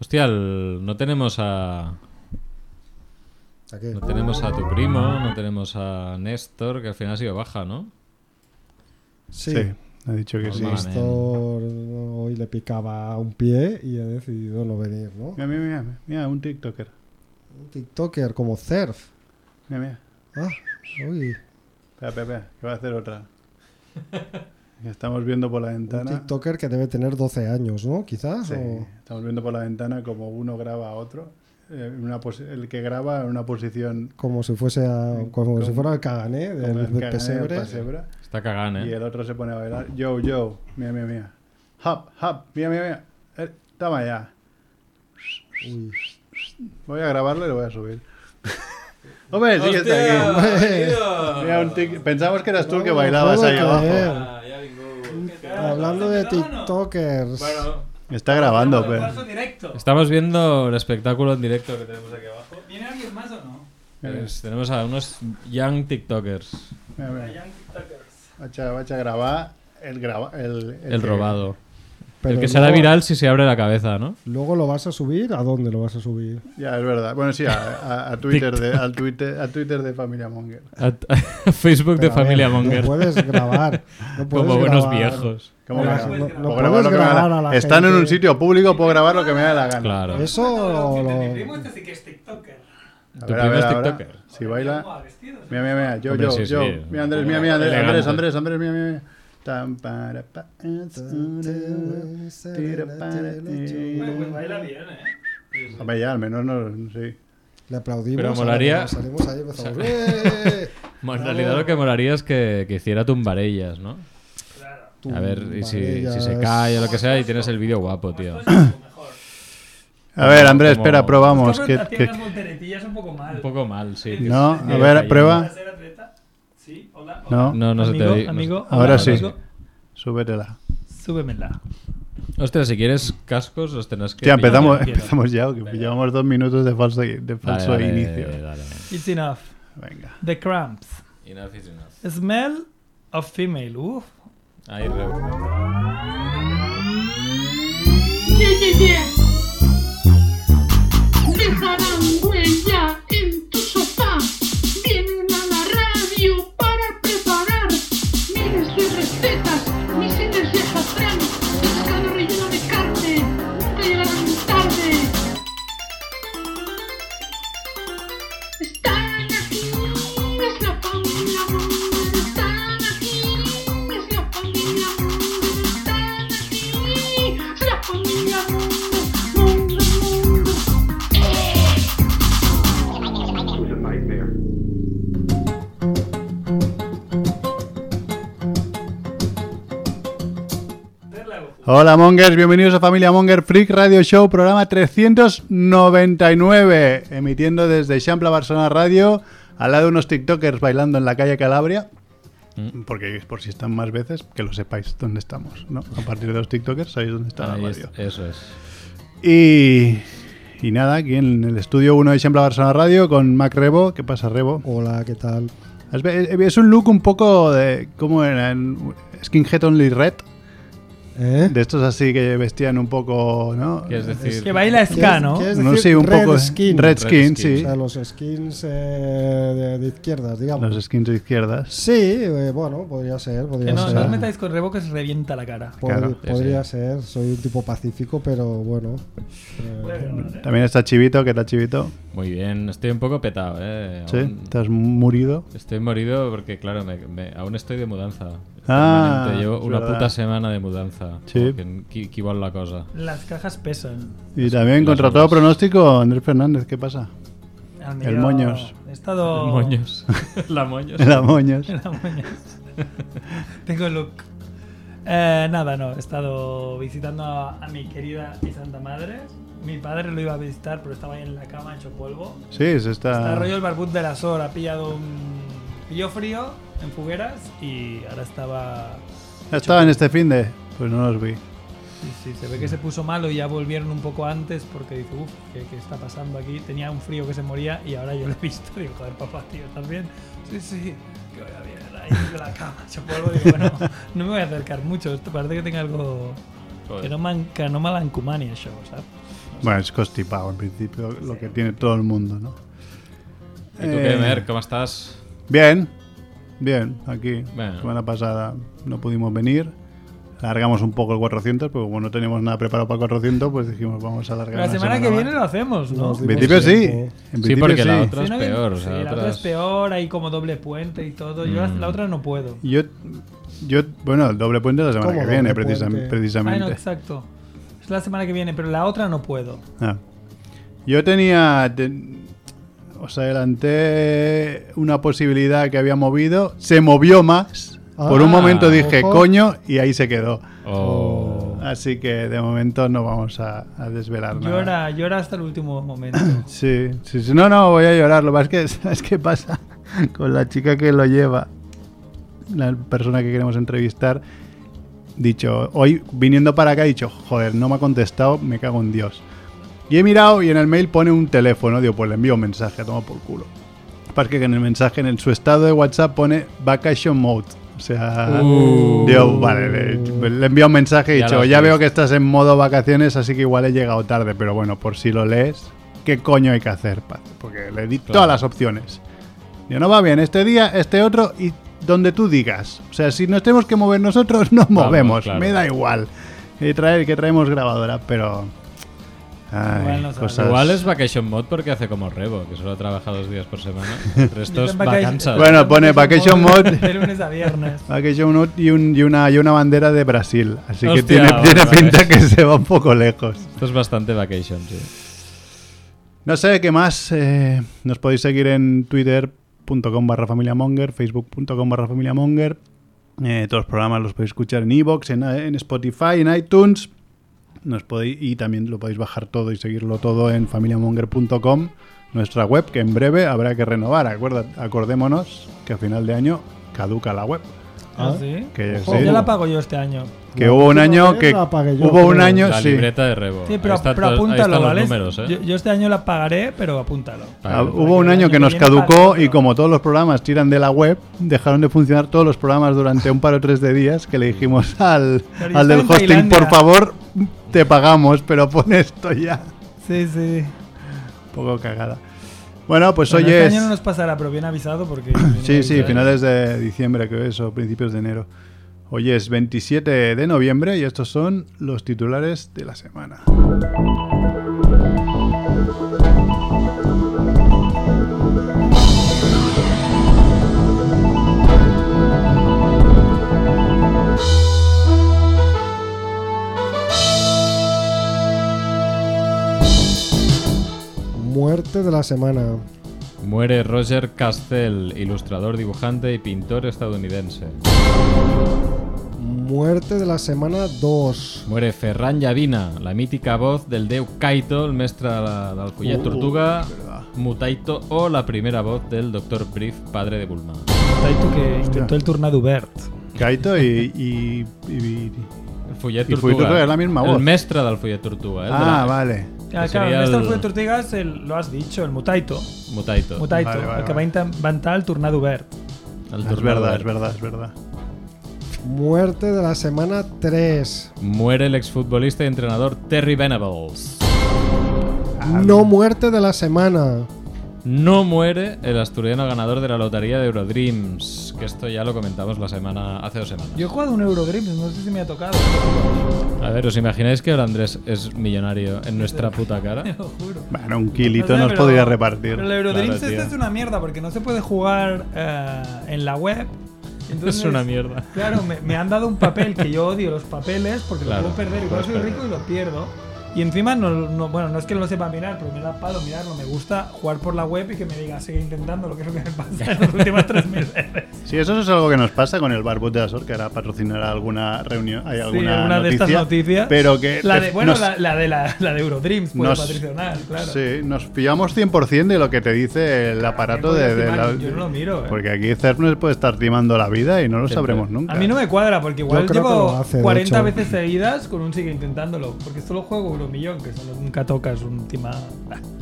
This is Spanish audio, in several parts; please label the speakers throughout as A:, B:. A: Hostia, el- no tenemos a.
B: ¿A qué? Ah,
A: No tenemos a tu primo, no tenemos a Néstor, que al final ha sido baja, ¿no?
B: Sí.
C: Sí. ha dicho que sí.
A: Normal.
B: Néstor hoy le picaba un pie y ha decidido no venir, ¿no?
C: Mira, mira, mira, mira, un TikToker.
B: Un TikToker como Cerf.
C: Mira, mira.
B: Ah, uy.
C: Espera, espera, espera, que va a hacer otra. Ya Estamos viendo por la
B: Un
C: ventana.
B: TikToker que debe tener 12 años, ¿no? Quizás.
C: Sí,
B: o-
C: estamos viendo por la ventana como uno graba a otro. eh, en una posi- el que graba en una posición
B: Como si fuese a- como
C: Como-
B: si fuera el cagané
C: como
B: del,
C: el
B: del
C: cagán en el
B: pesebre.
C: pesebre,
A: Está cagán,
C: y
A: ¿eh?
C: el otro se pone a bailar. Yo, yo, mira, mira, mira. Hop, hop, mira, mira, mira. Eh, toma ya.
B: Uy.
C: Voy a grabarlo y lo voy a subir. Hombre, sí que está
A: ¡Hostia,
C: aquí.
A: tío!
C: Mira, un tic- Pensamos que eras tú el que
B: No,
C: bailabas
B: puedo
C: ahí
B: creer.
C: abajo.
A: Ah, ya vengo. ¿Qué tal?
B: Hablando de TikTokers.
A: Bueno,
C: Está grabando, pues.
D: Paso
C: pero.
D: directo.
A: estamos viendo el espectáculo en directo que tenemos aquí abajo.
D: ¿Viene alguien más o no?
A: Es- tenemos a unos young TikTokers.
C: Mira, mira.
D: Young TikTokers.
C: Vaig a, vaig a gravar el, grava, el,
A: El,
C: que-
A: robado.
B: Pero
A: el que
B: luego-
A: será viral si se abre la cabeza, ¿no?
B: Luego lo vas a subir. ¿A dónde lo vas a subir?
C: Ya, es verdad. Bueno, sí, a, a- a Twitter, de, al Twitter, a Twitter de Familia Monger.
A: A- a Facebook de
B: Pero, a ver,
A: Familia
B: No
A: Monger.
B: puedes grabar. No puedes
A: Como buenos
B: grabar.
A: viejos.
C: ¿Cómo
B: Mira,
C: que
B: no-
C: Puedo
B: no
C: grabar
B: puedes
C: lo que me da la-
B: grabar a la
C: Están en
B: gente.
C: un sitio público, puedo grabar lo que me da la gana.
A: Claro.
B: Eso
D: Todos los que- Mi
B: lo-
D: primo este sí que es TikToker.
C: A
A: Tu
C: ver, a
A: primo
C: ver,
A: es
C: ahora,
A: TikToker.
C: Si baila.
D: Guau, vestidos.
C: Mira, mira, mira. Yo,
A: Hombre,
C: yo,
A: sí,
C: yo.
A: sí.
C: Mira, Andrés, mira, mira. Andrés,
A: Elegante.
C: Andrés, Andrés, Andrés, mira, mira. mira. Tan, para, pa, eh, tsu, tira, para,
D: Pues, pues
C: eh.
D: baila bien, ¿eh?
C: Hombre, ya, al menos no. Sí.
B: Le aplaudimos.
A: Pero
B: ahora
A: molaría-
B: cuando Salimos ahí y empezamos, "Eh".
A: Bueno, en realidad lo que molaría es que, que hiciera tumbarellas, ¿no?
D: Claro.
A: A ver y si,
B: Tumbarellas.
A: si se cae o lo que sea y tienes el vídeo guapo, tío.
D: Como Pues esto es algo mejor.
C: A ver, Andrés,
A: Como-
C: espera, probamos.
D: Estas
C: que-
D: rotaciones
C: que-
D: volteretillas un poco mal.
A: Un poco mal, sí.
C: No,
A: Sí,
C: a ver,
A: ahí.
C: prueba.
D: ¿Vas a ser atleta? Sí, hola. hola.
C: No,
A: No, no se te
D: Amigo,
A: oye. no se-
D: amigo, hola,
C: ahora sí.
D: amigo.
C: Súbetela.
D: Súbemela.
A: Ostras, si quieres cascos, los tenés que.
C: Ya
A: pillar.
C: empezamos,
D: quiero.
C: empezamos ya, que llevamos dos minutos de falso, de
A: Dale,
C: falso
A: dale,
C: inicio.
A: dale.
D: It's enough.
C: Venga.
D: The cramps.
A: Enough is enough.
D: Smell of female. Uf.
A: Ahí, re-
E: Ye, ye, ye. Dejarán huella en tu sofá. Vienen a la radio para preparar miles de recetas, misiles de azafrán, pescado relleno de carne. Nunca llegarán tarde. Están aquí, es la familia Munger. Están aquí, es la familia Munger. Están aquí, es la familia Munger. Munger, Munger.
C: Hola Mongers, bienvenidos a Familia Monger Freak Radio Show, programa 399, emitiendo desde Champla Barcelona Radio, al lado de unos TikTokers bailando en la calle Calabria.
A: Mm.
C: Porque por si están más veces, que lo sepáis dónde estamos, ¿no? A partir de los TikTokers sabéis dónde está
A: ahí
C: la
A: es-
C: radio.
A: eso es.
C: Y, y nada, aquí en el estudio 1 de Champla Barcelona Radio con Mac Rebo. ¿Qué pasa, Rebo?
B: Hola, ¿qué tal?
C: Es, eh, es un look un poco de. ¿Cómo era? En- Skinhead Only Red.
B: ¿Eh?
C: De estos así que vestían un poco, ¿no?
A: Quieres decir.
D: Que baila ska, ¿no?
B: ¿Qué es
C: No
B: decir,
C: sé, un
B: red
C: poco.
B: skin.
C: Red skin,
A: Red skin.
B: O
C: sí.
B: sea, los skins eh, de, de izquierdas, digamos.
C: Los skins de izquierdas.
B: Sí, eh, bueno, podría ser,
D: Que
B: podría
D: no,
B: ser.
D: no os metáis con Rebo que se revienta la cara.
B: Pod-
C: Claro, sí,
B: podría
A: sí.
B: ser, soy un tipo pacífico, pero bueno. eh,
C: También está Chivito, ¿qué tal Chivito?
A: Muy bien, estoy un poco petado, ¿eh?
C: Sí,
A: Aún-
C: te has murido.
A: Estoy morido porque, claro, me- me- aún estoy de mudanza.
C: Ah,
A: Permanente. Llevo
C: es
A: una
C: verdad.
A: puta semana de mudanza.
C: Sí.
A: Como que- que- que igual la cosa.
D: Las cajas pesan.
C: Y también
A: las
C: contra todo
A: obras.
C: pronóstico, Andrés Fernández, ¿qué pasa?
D: Al
C: El
D: millón.
C: moños.
D: He
A: Oh.
D: estado.
A: Moños. la moños.
C: El Amoños.
D: El moños. Tengo look. Eh, nada, no. He estado visitando a, a mi querida y santa madre. Mi padre lo iba a visitar, pero estaba ahí en la cama hecho polvo.
C: Sí, es
D: Está
C: esta.
D: rollo el barbud de la Sor. Ha pillado un. Pilló frío en fogueras y ahora estaba.
C: Estaba en este fin de. Pues no los vi.
D: Sí, sí, se ve que se puso malo y ya volvieron un poco antes porque dice, uff, ¿qué, qué está pasando aquí? Tenía un frío que se moría y ahora yo lo he visto. Digo, joder, papá, tío, ¿estás bien? Sí, sí, que voy a bien. Ahí con la cama, hecho polvo. Digo, bueno, no me voy a acercar mucho. Esto parece que tenga algo.
A: Joder.
D: Que no, man, que no malan cumani, això, ¿sabes?
C: Bueno, es constipado en principio, lo que tiene todo el mundo, ¿no?
A: ¿Y tú
C: Eh,
A: qué, Mer? ¿Cómo estás?
C: Bien, bien, aquí.
A: Bueno.
C: Semana pasada no pudimos venir. Alargamos un poco el 400, porque como no teníamos nada preparado para el 400, pues dijimos, vamos a alargar.
D: La
C: una
D: semana que
C: más.
D: viene lo hacemos, ¿no?
B: Nos
C: En
D: Sí,
C: principio sí.
B: tiempo.
C: En principio
A: porque la
C: sí.
A: otra- es
D: no viene-
A: peor, o sea,
D: sí, la otra
A: otras- Mm.
D: es peor, hay como doble puente y todo. Yo la- la otra no puedo. Ah,
C: Yo, yo, bueno, el doble puente la semana
B: ¿Cómo
C: que
B: doble
C: viene, precisam-
B: puente?
D: Ah,
C: precisamente.
D: no, exacto. Es la semana que viene, pero la otra no puedo.
C: Ah. Yo tenía. te- os adelanté una posibilidad que había movido. Se movió más. Por un
A: Ah,
C: momento dije,
B: ojo.
C: coño, y ahí se quedó.
A: Oh.
C: Así que de momento no vamos a, a desvelar nada.
D: Llora, llora hasta el último momento.
C: Sí, sí, sí. No, no, voy a llorar. Lo más que es que, ¿sabes qué pasa con la chica que lo lleva? La persona que queremos entrevistar. Dicho, hoy viniendo para acá, he dicho, joder, no me ha contestado, me cago en Dios. Y he mirado y en el mail pone un teléfono. Digo, pues le envío un mensaje, toma por culo. Pasa que en el mensaje, en el- su estado de WhatsApp pone vacation mode. O sea, digo, vale, le, le envío un mensaje y he
A: Uh. Ya
C: dicho,
A: lo has
C: ya veo
A: visto".
C: que estás en modo vacaciones, así que igual he llegado tarde, pero bueno, por si lo lees, ¿qué coño hay que hacer, Paz? Porque le di todas las opciones. Digo, no va bien, este día, este otro y donde tú digas. O sea, si nos tenemos que mover nosotros, nos
A: Vamos,
C: movemos,
A: claro.
C: me da igual. Eh, traer, que traemos grabadora, pero... Ay,
D: Igual no
C: cosas-
D: sale.
A: Igual es Vacation Mod porque hace como Rebo, que solo trabaja dos días por semana. El resto es vacanzas.
C: Bueno, pone vacation mode.
D: De lunes a viernes.
C: Ah, que yo uno- y, un- y una, y una bandera de Brasil, así que
A: Hostia,
C: tiene,
A: vale,
C: tiene
A: vale.
C: pinta que se va un poco lejos.
A: Esto es bastante Vacation, sí.
C: No sé qué más. eh, nos podéis seguir en twitter.com barra familiamonger, facebook.com barra familiamonger. Eh, todos los programas los podéis escuchar en iVoox, en, en Spotify, en iTunes. Nos podéis, y también lo podéis bajar todo y seguirlo todo en familiamonger.com, nuestra web, que en breve habrá que renovar. Acuerda- acordémonos que a final de año caduca la web.
D: ¿Ah,
B: Ah,
D: sí?
C: Que,
B: Ojo.
C: sí,
D: Ya la pago yo este año.
C: que
B: La
C: hubo un
B: próxima
C: año
B: vez
C: que...
B: la pagué yo,
C: hubo un
B: creo.
C: año,
A: La
C: sí.
A: libreta de Rebo.
D: Sí, pero,
A: Ahí está
D: pero
A: todo- ahí
D: apúntalo,
A: están los
D: ¿vale?
A: números, ¿eh?
D: yo, yo este año la pagaré, pero apúntalo.
A: Vale.
C: Ah,
D: que
C: hubo un
D: el año
C: año
D: que
C: que nos
D: viene
C: caducó
D: pase
C: y
D: otro.
C: como todos los programas tiran de la web, dejaron de funcionar todos los programas durante un par o tres de días que le dijimos al,
D: Claro, yo
C: al del
D: estaba en
C: hosting,
D: Tailandia".
C: por favor, te pagamos, pero pon esto ya.
D: Sí, sí.
C: Un poco cagada. Bueno, pues
D: Bueno,
C: hoy
D: este
C: es...
D: año no nos ¿eh? pasará, pero bien avisado porque...
C: Sí, sí,
A: avisado.
C: finales de diciembre creo es, o principios de enero. Hoy es 27 de noviembre y estos son los titulares de la semana.
B: Muerte de la semana.
A: Muere Roger Castell, ilustrador, dibujante y pintor estadounidense.
B: Muerte de la semana 2.
A: Muere Ferran Llavina, la mítica voz del Déu Kaito, el mestre de del Collet
C: Uh,
A: Tortuga,
C: verdad.
A: Mutaito o la primera voz del Dr. Brief, padre de Bulma.
D: Taito que intentó el turno de Ubert.
C: Kaito y... y- y-
A: El Follet
C: Y
A: Tortuga.
C: Tortuga es la misma voz.
A: El mestre del Follet Tortuga. eh,
C: Ah,
A: de la-
C: vale.
D: Ah,
A: Que
D: claro,
A: sería
D: el mestre
A: el-
D: Fuente Ortega es el, lo has dicho, el Mutaito.
A: Mutaito.
D: Mutaito,
C: Vale, vale,
D: el que va a
C: vale.
D: inventar el turno de Ubert.
A: El
C: Es
A: Tortuga.
C: verdad, es verdad, es verdad.
B: Muerte de la semana 3.
A: Muere el exfutbolista y entrenador Terry Venables.
B: No muerte de la semana.
A: No muere el asturiano ganador de la lotería de Eurodreams, que esto ya lo comentamos la semana hace dos semanas.
D: Yo he jugado un Eurogrips, no sé si me ha tocado.
A: A ver, ¿os imagináis que ahora Andrés es millonario en nuestra puta
D: Te
A: cara?
D: lo juro.
C: Bueno, un kilito
D: O sea,
C: nos
D: pero-
C: podría repartir.
D: Pero el Eurodreams
A: Claro,
D: este
A: tío.
D: es una mierda porque no se puede jugar eh, en la web. Entonces,
A: Es una mierda.
D: Claro, me, me han dado un papel que yo odio los papeles porque
A: Claro,
D: lo puedo perder. Igual
A: puedes
D: soy
A: perder.
D: rico y lo pierdo. Y encima, no, no- bueno, no es que no lo sepa mirar, pero me da palo mirarlo. Me gusta jugar por la web y que me diga, sigue intentando lo que es lo que me pasa en las últimas 3.000 veces.
C: Sí, eso es algo que nos pasa con el Barbot de Azor, que ahora patrocinará alguna reunión. Hay alguna,
D: sí, alguna
C: noticia,
D: de estas noticias.
C: Pero que.
D: La
C: te-
D: de, bueno,
C: nos-
D: la, la de, la, la de Eurodreams puede
C: nos-
D: patrocinar, claro.
C: Sí, nos pillamos 100% de lo que te dice el aparato
D: podría
C: de, de
D: timar,
C: la-
D: yo no lo miro, eh.
C: Porque aquí Cerf nos puede estar timando la vida y no lo
A: Sí,
C: sabremos
A: sí.
C: nunca.
D: A mí no me cuadra porque igual
B: Yo creo que
D: llevo
B: lo hace, de
D: 40
B: hecho.
D: veces seguidas con un sigue intentándolo. Porque solo juego Euromillón, que solo nunca tocas un tema.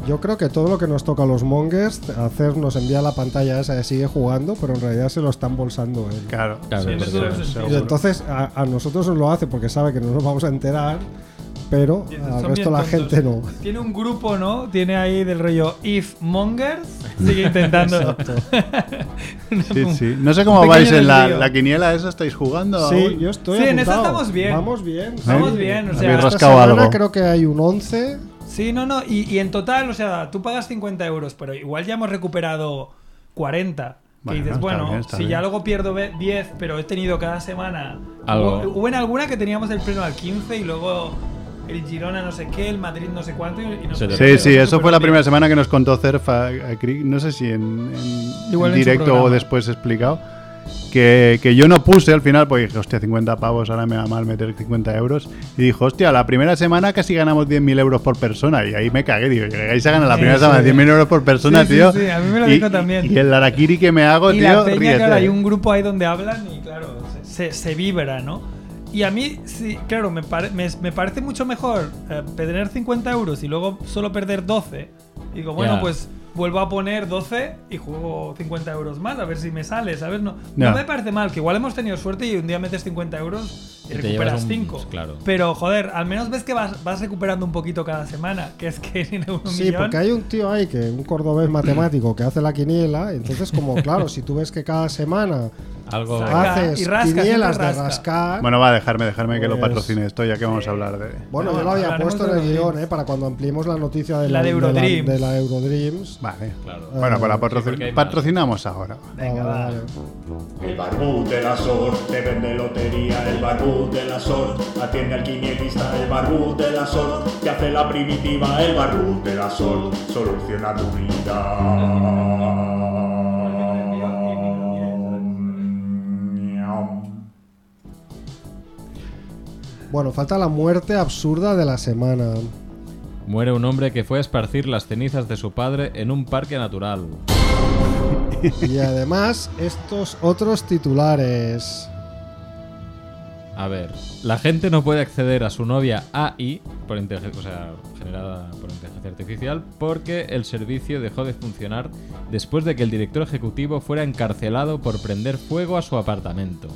B: Yo creo que todo lo que nos toca a los mongers, hacer nos envía la pantalla esa de sigue jugando, pero en realidad se lo están bolsando él.
C: Claro.
A: Claro,
D: Ah, Sí,
A: porque-
D: eso es-
B: Y entonces a, a nosotros nos lo hace porque sabe que no nos vamos a enterar pero
D: Y entonces
B: al resto
D: son
B: de
D: bien
B: la
D: tontos.
B: gente no.
D: Tiene un grupo, ¿no? Tiene ahí del rollo If Mongers. Sigue intentando.
C: Sí, sí. No sé cómo
D: Pequeño
C: vais en la,
D: desvío.
C: la quiniela esa, estáis jugando.
B: Sí,
C: aún?
B: yo estoy
D: Sí, en esta
B: apuntado.
D: estamos bien.
B: Vamos bien.
D: Vamos bien, o sea,
B: Esta
C: rascado
B: semana
C: algo.
B: creo que hay un 11.
D: Sí, no, no. Y, y en total, o sea, tú pagas 50 euros, pero igual ya hemos recuperado 40.
C: Bueno,
D: que dices,
C: está
D: bueno,
C: bien, está
D: si ya
C: bien.
D: luego pierdo ve- 10, pero he tenido cada semana.
A: Algo.
D: Hubo, hubo en alguna que teníamos el pleno al 15 y luego el Girona no sé qué, el Madrid no sé cuánto. Y, y nos-
A: Se te-
C: Sí, sí, eso fue la
D: superó
C: primera semana que nos contó Cerfa, a Crick, no sé si en, en-
D: Igual
C: en
D: en su
C: directo o
D: programa.
C: después explicado, que, que yo no puse al final, porque dije, hostia, 50 pavos, ahora me va mal meter 50 euros. Y dijo, hostia, la primera semana casi ganamos 10.000 euros por persona. Y ahí me cagué, digo, llegáis a ganar la primera
D: Eso
C: semana
D: es.
C: 10.000 euros por persona,
D: Sí, sí,
C: tío.
D: sí, a mí me lo
C: Y-
D: dijo
C: y-
D: también.
C: Y el araquiri que me hago,
D: y
C: tío,
D: la peña,
C: ríete.
D: claro, hay un grupo ahí donde hablan y claro, se, se vibra, ¿no? Y a mí, sí, claro, me, pare- me- me parece mucho mejor eh, tener 50 euros y luego solo perder 12. Y digo, bueno,
A: Ya.
D: pues vuelvo a poner 12 y juego 50 euros más, a ver si me sale, ¿sabes? No,
C: Ya.
D: no me parece mal, que igual hemos tenido suerte y un día metes 50 euros y,
A: Y te llevas
D: recuperas
A: un-
D: 5.
A: claro.
D: Pero, joder, al menos ves que vas, vas recuperando un poquito cada semana, que es que en un
B: Sí,
D: millón-
B: porque hay un tío ahí, que un cordobés matemático, que hace la quiniela. Entonces, como claro, si tú ves que cada semana
A: Algo.
D: Saca- y
B: haces
D: rasca, siempre
B: quinielas de
D: rasca.
B: rascar. Bueno,
C: Bueno, va, dejarme, dejarme que lo
B: Pues-
C: patrocine esto, ya que vamos a hablar de...
B: yo lo había
D: Hablaremos
B: puesto
D: de
B: en el
D: Eurodreams.
B: guión, ¿eh? Para cuando ampliemos la noticia de
D: La
B: la,
D: de Eurodreams.
B: de la Eurodreams.
C: Vale.
A: Claro.
C: Bueno, pues la patrocin-
A: Sí, porque hay más.
C: patrocinamos ahora.
D: Venga, va.
B: Ah, Vale, vale.
F: El barbú de la SOR te vende lotería, el barbú de la SOR atiende al quinielista, el barbú de la SOR te hace la primitiva, el barbú de la SOR soluciona tu vida.
B: Bueno, falta la muerte absurda de la semana.
A: Muere un hombre que fue a esparcir las cenizas de su padre en un parque natural.
B: Y además, estos otros titulares.
A: A ver, la gente no puede acceder a su novia AI, por inteligen- o sea, generada por inteligencia artificial, porque el servicio dejó de funcionar después de que el director ejecutivo fuera encarcelado por prender fuego a su apartamento.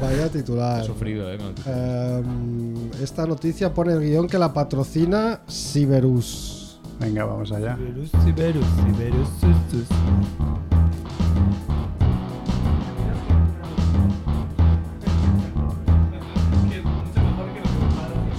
B: Vaya titular.
A: He sufrido, eh. con-
B: Em, esta noticia pone el guión que la patrocina Siberus.
C: Venga, vamos allá.
D: Siberus, Siberus, Siberus, sus, sus.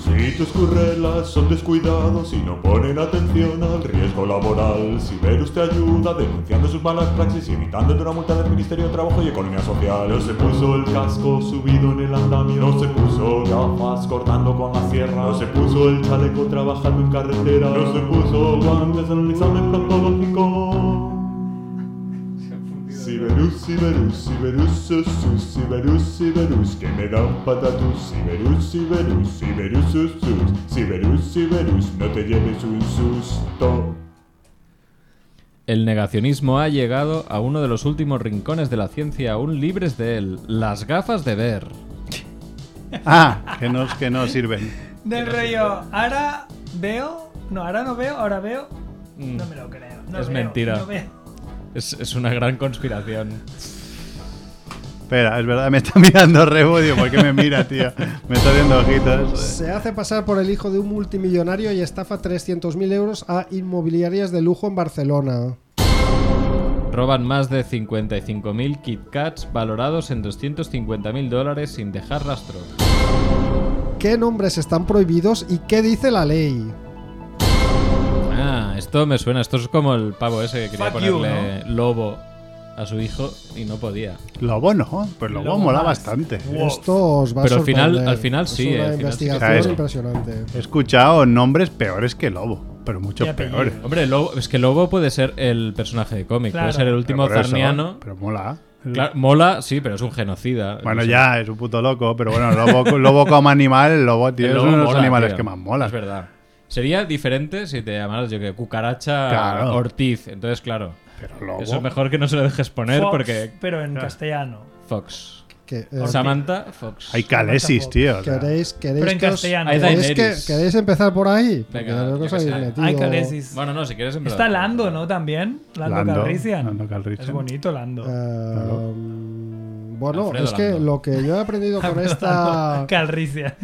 F: Si tus currelas son descuidados y no ponen atención al riesgo laboral, Siberus te ayuda denunciando sus malas praxis y evitándote una multa del Ministerio de Trabajo y Economía Social. No se puso el casco subido en el andamio, no se puso gafas cortando con la sierra, no se puso el chaleco trabajando en carretera, no se puso guantes en el examen proctológico. Siberus, Siberus, Siberus, sus, sus, Siberus, Siberus, que me dan patatus. Siberus, Siberus, Siberus, sus, sus, Siberus, Siberus, no te lleves un susto.
A: El negacionismo ha llegado a uno de los últimos rincones de la ciencia aún libres de él, las gafas de ver.
C: Ah, que no, que no sirven.
D: Del rollo, ahora veo, no, ahora no veo, ahora veo. No me lo creo. no
A: Mm. Es
D: veo,
A: mentira.
D: no veo.
A: Es, es una gran conspiración.
C: Espera, es verdad, me está mirando Rebo, digo, ¿por qué me mira, tío? Me está viendo ojitos.
B: Se hace pasar por el hijo de un multimillonario y estafa 300.000 euros a inmobiliarias de lujo en Barcelona.
A: Roban más de 55.000 Kit Kats valorados en 250.000 dólares sin dejar rastro.
B: ¿Qué nombres están prohibidos y qué dice la ley?
A: Ah, esto me suena. Esto es como el pavo ese que quería
D: Fuck you,
A: ponerle lobo a su hijo y no podía.
C: Lobo no, pues Lobo,
D: Lobo
C: mola
D: más.
C: bastante.
B: Esto os va a
A: Pero al final-
B: sorprender.
A: al final
B: Es
A: sí, eh,
B: una
A: al final sí que
B: investigación
C: está eso.
B: impresionante.
C: He escuchado nombres peores que Lobo, pero mucho
D: Y apellido.
C: peores.
A: Hombre, lobo, es que lobo puede ser el personaje de cómic,
D: Claro.
A: puede ser el último
C: Pero por eso,
A: zarniano.
C: Pero mola.
A: Claro, mola, sí, pero es un genocida.
C: Bueno,
A: No sé.
C: ya, es un puto loco, pero bueno, Lobo, lobo como animal, el Lobo, tío,
A: El
C: es
A: lobo
C: uno de los
A: mola,
C: animales
A: tío.
C: que más mola.
A: Es verdad. Sería diferente si te llamaras, yo que cucaracha
C: Claro.
A: Ortiz. Entonces, claro.
C: Pero Lobo.
A: Eso es mejor que no se lo dejes poner
D: Fox,
A: porque Ah.
D: Pero en castellano.
A: Fox.
B: Que, eh,
A: Samantha Fox.
C: Hay calesis, tío. o sea.
B: ¿Queréis, queréis
D: Pero en
B: que os-
D: castellano.
A: Hay
B: ¿Queréis, que,
A: Daenerys.
B: queréis empezar por ahí? Porque
A: Venga,
B: ya veo que
A: yo
B: os
A: qué
B: habéis
A: sé.
B: metido- eh,
D: Hay caresis.
A: Bueno, no, si quieres empezar.
D: Está Lando, ¿no? También. Lando,
C: Lando,
D: Calrissian.
C: Lando Calrissian.
D: Es bonito, Lando.
B: Eh,
C: Claro.
B: mm, Bueno,
A: Alfredo
B: es que
A: Lando.
B: lo que yo he aprendido con esta,
D: Calricia.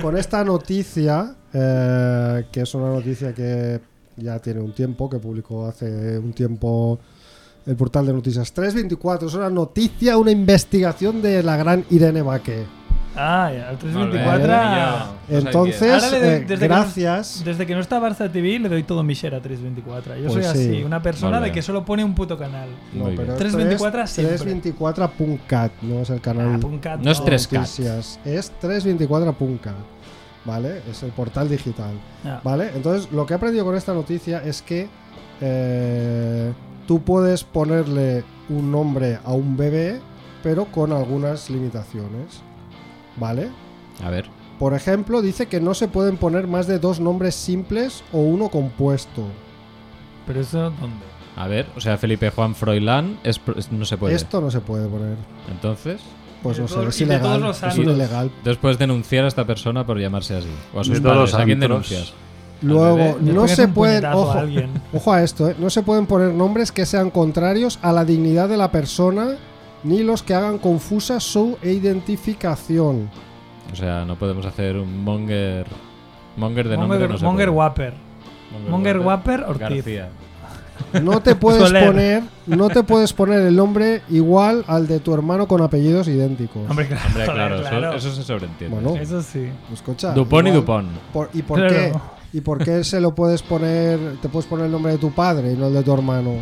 B: con esta noticia, eh, que es una noticia que ya tiene un tiempo, que publicó hace un tiempo el portal de noticias 324, es una noticia, una investigación de la gran Irene Baqué.
D: Ah, ya,
A: Vale,
D: al 324.
A: ya. No sé
B: Entonces-
D: Ahora le doy-
B: Eh,
D: desde
B: gracias.
D: Que no, desde que no está Barça TV le doy todo mi share a 324. Yo
B: Pues
D: soy
B: sí.
D: así, una persona
A: Vale.
D: de que solo pone un puto canal.
B: No,
A: Muy bien.
B: pero esto es
D: 324 siempre.
B: 324.cat, no es el canal.
D: Ah, pon cat,
A: No es
B: de
A: 3K.
B: noticias. Es 324.cat, ¿vale? Es el portal digital.
D: Ah,
B: ¿Vale? Entonces, lo que he aprendido con esta noticia es que eh, tú puedes ponerle un nombre a un bebé, pero con algunas limitaciones. ¿Vale?
A: A ver.
B: Por ejemplo, dice que no se pueden poner más de dos nombres simples o uno compuesto.
D: Pero eso, ¿dónde?
A: A ver, o sea, Felipe Juan Froilán es pro- es- no se puede.
B: Esto no se puede poner.
A: Entonces,
B: Pues
D: Y de
B: no sé,
D: todos-
B: es
D: y de todos
B: ilegal.
D: los
B: Es un
D: santos.
B: ilegal.
A: entonces puedes denunciar a esta persona por llamarse así. O a sus
C: De todos
A: padres.
C: los
A: ¿A quién
C: antros.
A: denuncias? Al
B: Luego,
A: bebé.
D: Le
B: no
D: pegas
B: se
D: un
B: pueden.
D: puñetazo a
B: Ojo,
D: alguien.
B: ojo a esto, ¿eh? No se pueden poner nombres que sean contrarios a la dignidad de la persona ni los que hagan confusa su identificación.
A: O sea, no podemos hacer un monger. Monger de nombre.
D: Monger,
A: no se
D: Monger
A: puede.
D: Wapper. Monger Wapper Ortiz.
A: García.
B: No te puedes
D: Soler.
B: poner, no te puedes poner el nombre igual al de tu hermano con apellidos idénticos.
D: Hombre, claro.
A: Hombre,
D: joder,
A: claro,
D: claro.
A: Eso, eso se sobreentiende.
B: Bueno.
D: Eso sí.
B: Escucha,
A: Dupont y
B: igual-
A: Dupont.
B: por- ¿Y por
D: Claro.
B: qué? ¿Y por qué se lo puedes poner? Te puedes poner el nombre de tu padre y no el de tu hermano.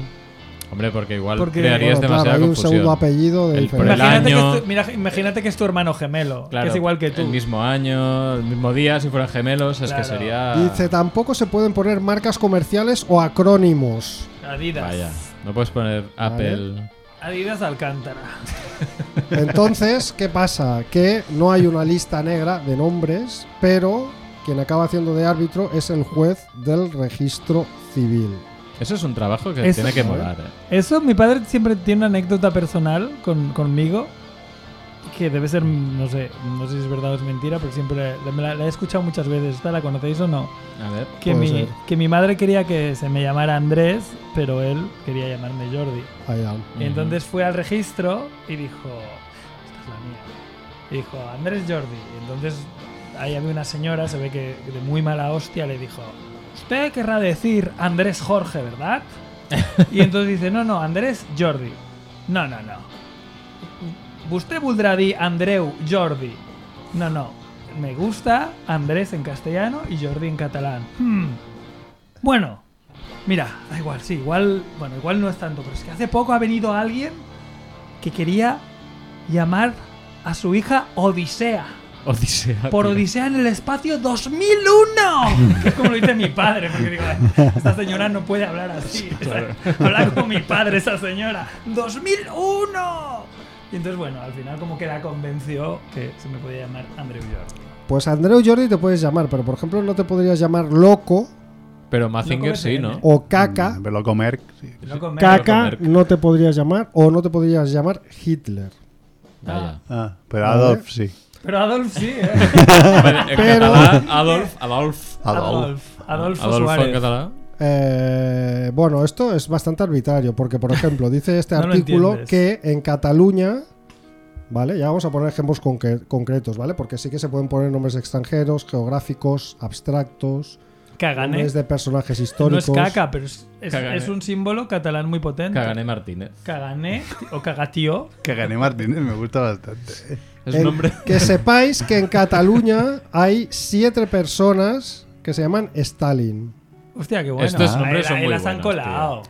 A: Hombre, porque igual
D: Porque-
A: crearías
B: Bueno, claro,
A: demasiada
B: hay un
A: confusión.
B: segundo apellido de
A: El- por
B: diferencia.
A: el
D: Imagínate,
A: año-
D: que es tu, mira, imagínate que es tu hermano gemelo,
A: Claro,
D: que es igual que tú.
A: El mismo año, el mismo día, si fueran gemelos, es que
D: Claro.
A: sería.
B: Dice, tampoco se pueden poner marcas comerciales o acrónimos.
D: Adidas.
A: Vaya, no puedes poner Apple.
D: Adidas Alcántara.
B: Entonces, ¿qué pasa? Que no hay una lista negra de nombres, pero quien acaba haciendo de árbitro es el juez del registro civil.
A: Eso es un trabajo que
D: Eso-
A: tiene que
B: A ver.
A: molar. eh.
D: Eso, mi padre siempre tiene una anécdota personal con- conmigo que debe ser, no sé, no sé si es verdad o es mentira, pero siempre la- me la, la he escuchado muchas veces. ¿Esta la conocéis o no?
A: A ver.
D: Que
B: Puede
D: mi,
B: ser.
D: que mi madre quería que se me llamara Andrés, pero él quería llamarme Jordi.
B: Allá.
D: Y entonces fue al registro y dijo, esta es la mía. Y dijo, Andrés Jordi. Y entonces ahí había una señora, se ve que de muy mala hostia le dijo, usted querrá decir Andrés Jorge, ¿verdad? Y entonces dice, no, no, Andrés Jordi. No, no, no. Usted voldrá dir Andreu Jordi. No, no. Me gusta Andrés en castellano y Jordi en catalán. Hmm. Bueno, Mira, da igual, sí, igual, bueno, igual no es tanto, pero es que hace poco ha venido alguien que quería llamar a su hija Odisea.
A: Odisea.
D: Por
A: tío.
D: Odisea en el espacio 2001. Que es como lo dice mi padre, porque digo, esta señora no puede hablar así. Habla como mi padre, esa señora. 2001. Y entonces, bueno, al final como que la convenció que se me podía llamar Andrew Jordan.
B: Pues Andreu Jordi te puedes llamar, pero por ejemplo no te podrías llamar loco
A: Pero Mazinger
D: Loco
A: sí,
D: BTN.
A: ¿no?
B: o caca.
C: mm, Velo comer. sí.
D: Loco, me-
B: Caca
A: Merck.
B: no te podrías llamar o no te podrías llamar Hitler.
D: ¿eh?
A: Vaya.
C: Ah, pero Adolf sí.
D: Pero Adolf sí, ¿eh?
A: Vale, en catalán, Adolf, Adolf.
D: Adolf. Adolfo,
A: Adolfo en
D: Suárez.
A: catalán.
B: Eh, bueno, esto es bastante arbitrario, porque por ejemplo, dice este
D: No lo
B: artículo
D: entiendes.
B: que en Cataluña, ¿vale? Ya vamos a poner ejemplos conque- concretos, ¿vale? Porque sí que se pueden poner nombres extranjeros, geográficos, abstractos,
D: Cagané.
B: nombres de personajes históricos.
D: No es caca, pero es, es-
A: Cagané.
D: es un símbolo catalán muy potente.
A: Cagané Martínez.
D: Cagané o cagatío.
C: Que gané Martínez, me gusta bastante. eh.
A: Es
B: En-
A: un nombre.
B: Que sepáis que en Cataluña hay siete personas que se llaman Stalin.
D: Hostia, qué bueno.
A: Estos
D: Ah,
A: nombres
D: eh,
A: son
D: eh,
A: muy
D: las han
A: buenos, tío.
D: colado.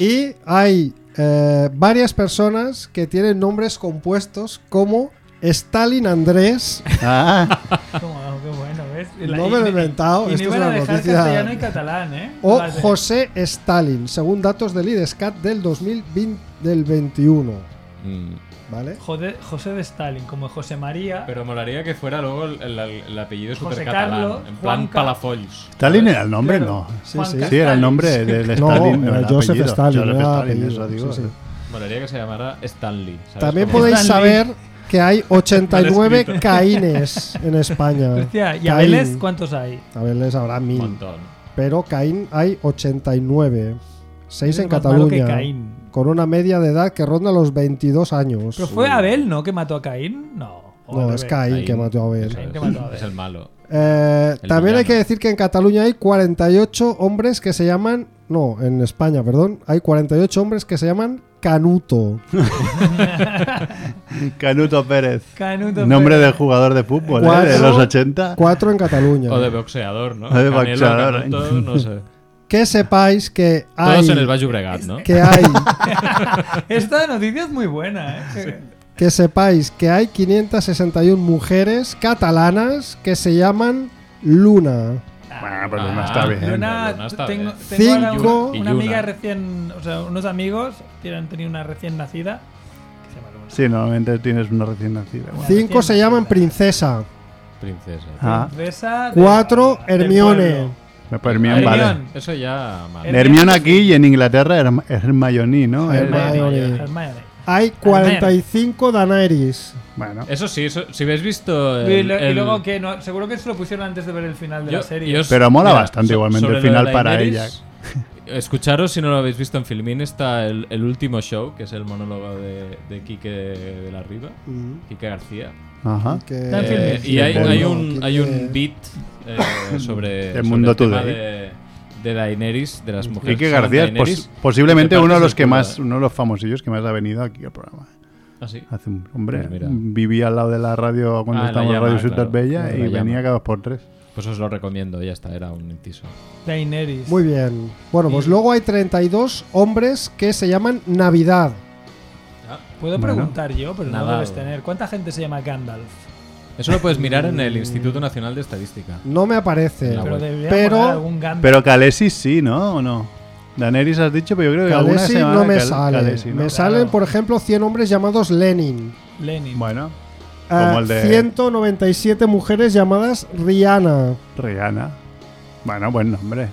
B: Y hay eh, varias personas que tienen nombres compuestos como Stalin Andrés.
C: Ah,
D: Cómo- qué bueno, ¿ves?
B: No me lo he inventado,
D: Y
B: esto
D: no
B: es
D: iban a
B: una
D: dejar
B: noticia.
D: castellano y catalán, ¿eh?
B: O
D: Las de-
B: José Stalin, según datos del IDESCAT del 2020 del 21,
A: Mm.
B: ¿vale?
D: Jode- José de Stalin, como José María.
A: Pero molaría que fuera luego el, el- el apellido
D: José
A: super catalán.
D: Carlos,
A: En plan
D: Juanca.
A: Palafolls.
C: Stalin era el nombre,
D: Claro.
C: no.
B: Sí,
D: Juan
B: sí.
D: Cas-
C: Sí, era el nombre del
B: No,
C: Stalin.
B: era
C: el
B: Joseph
C: apellido.
B: Stalin,
C: Joseph
B: era
C: Stalin,
B: apellido,
C: eso digo.
B: sí, sí.
A: Molaría que se llamara Stanley. ¿sabes?
B: También
A: Como-
B: podéis
D: Stalin.
B: saber que hay 89
A: escrito.
B: Caínes en España.
D: Hostia, ¿y
B: eh, Caín.
D: Abeles cuántos hay?
B: Abeles habrá
A: Un
B: mil.
A: montón.
B: Pero Caín hay 89. 6
D: Ese
B: en
D: es más malo que
B: Cataluña.
D: Caín.
B: con una media de edad que ronda los 22 años.
D: Pero fue Abel, ¿no? Que mató a Caín. No. o al
B: No, es
D: revés.
B: Caín que mató a Abel.
A: Eso
D: Caín
A: es,
D: que mató a Abel.
A: es el malo.
B: Eh,
A: El
B: también hay
A: villano.
B: que decir que en Cataluña hay 48 hombres que se llaman. No, en España, perdón. Hay 48 hombres que se llaman Canuto.
C: Canuto Pérez.
D: Canuto
C: Nombre
D: Pérez.
C: de jugador de fútbol, ¿eh?
B: Cuatro.
C: De los 80.
B: Cuatro en Cataluña.
A: O de boxeador, ¿no?
C: O de
A: Canelo,
C: boxeador.
A: Canuto, no sé.
B: Que sepáis que hay.
A: Todos en el Valle Bregat, ¿no?
B: Que hay.
D: Esta noticia es muy buena, ¿eh?
B: que sepáis que hay 561 mujeres catalanas que se llaman Luna.
C: Bueno, pues
A: Ah,
C: no está
D: Yo
C: bien.
D: una-
A: no está
D: tengo,
A: bien.
D: tengo ahora un-
B: Cinco.
A: Y Yuna.
D: una amiga recién, o sea, unos amigos que han tenido una recién nacida que se llama Luna.
C: Sí, normalmente tienes una recién nacida. Bueno.
B: Cinco se
D: nacida.
B: llaman Princesa.
A: Princesa.
C: Ah,
D: Princesa de-
B: Cuatro,
D: del
B: Hermione.
C: me Pues Hermión,
D: Hermión.
C: vale. Eh,
A: Eso ya malo.
D: Hermión.
C: Hermión aquí y en Inglaterra Herm- Hermione, ¿no?
D: pueblo. Hermione.
B: Hermione.
D: Hermione.
B: Hay 45 Danaeris.
C: Bueno,
A: Eso sí, eso- si habéis visto. el-
D: Y, lo- y
A: el-
D: luego que no, seguro que se lo pusieron antes de ver el final de
A: Yo-
D: la serie.
A: yo os-
C: Pero mola bastante igualmente
A: sobre
C: el
A: lo de
C: final para
A: Daenerys, Escucharos si no lo habéis visto en Filmín, está el, el último show, que es el monólogo de, de Quique de la Riva, Quique García.
C: ajá.
B: Que-
D: Está en
A: Eh,
D: Filmin.
A: y hay,
C: Filmin.
A: hay un, hay un beat
B: Quique-
A: eh, sobre, sobre
C: mundo
A: el tema
C: today.
A: de, de Daenerys, de las mujeres.
C: Quique
A: que se llaman
C: García es
A: Daenerys,
C: pos- posiblemente
A: y te
C: uno de
A: partes
C: los
A: el
C: que
A: culo.
C: más, uno de los famosillos que más ha venido aquí al programa.
A: Ah, sí.
C: Hace un, hombre,
A: Pues mira.
C: vivía al lado de la radio cuando
A: Ah, la
C: estábamos en
A: llama,
C: Radio
A: claro.
C: Ciudad Bella
A: La
C: y
A: llama.
C: venía cada dos por tres.
A: Pues os lo recomiendo, ya está, era un inciso.
D: Daenerys.
B: Muy bien. Bueno, pues
D: Y-
B: luego hay 32 hombres que se llaman Navidad.
A: Ah.
D: Puedo
C: Bueno.
D: preguntar yo, pero no
A: Nada.
D: debes tener. ¿Cuánta gente se llama Gandalf?
A: Eso lo puedes mirar en el Instituto Nacional de Estadística.
B: No me aparece.
A: Ah,
D: Pero
A: bueno.
D: debería
B: Pero-
D: poner algún Gandalf.
C: Pero Calesis sí, ¿no? ¿O no? Daneris has dicho, pero yo creo que alguna
B: Khaleesi
C: semana
B: no me
C: Khal-
B: sale.
C: Khaleesi, ¿no?
B: Me
D: Claro.
B: salen, por ejemplo, 100 hombres llamados Lenin.
D: Lenin.
C: Bueno,
B: Ah,
C: Como el de-
B: 197 mujeres llamadas Rihanna,
C: Rihanna. Bueno, buen nombre.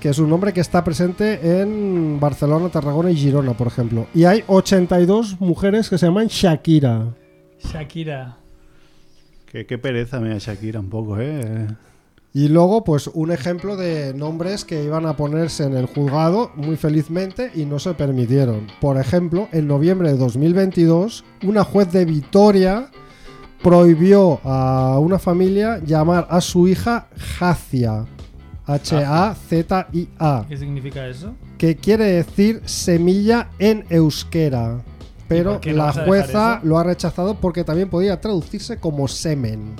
B: que es un nombre que está presente en Barcelona, Tarragona y Girona, por ejemplo. Y hay 82 mujeres que se llaman Shakira.
D: Shakira.
C: Qué, qué pereza me da Shakira un poco, ¿eh?
B: Y luego, pues un ejemplo de nombres que iban a ponerse en el juzgado muy felizmente y no se permitieron. Por ejemplo, en noviembre de 2022, una juez de Vitoria prohibió a una familia llamar a su hija Jacia. H-A-Z-I-A.
D: ¿Qué significa eso?
B: Que quiere decir semilla en euskera. Pero
D: por qué no
B: la
D: vas a dejar
B: jueza
D: eso?
B: lo ha rechazado porque también podía traducirse como semen.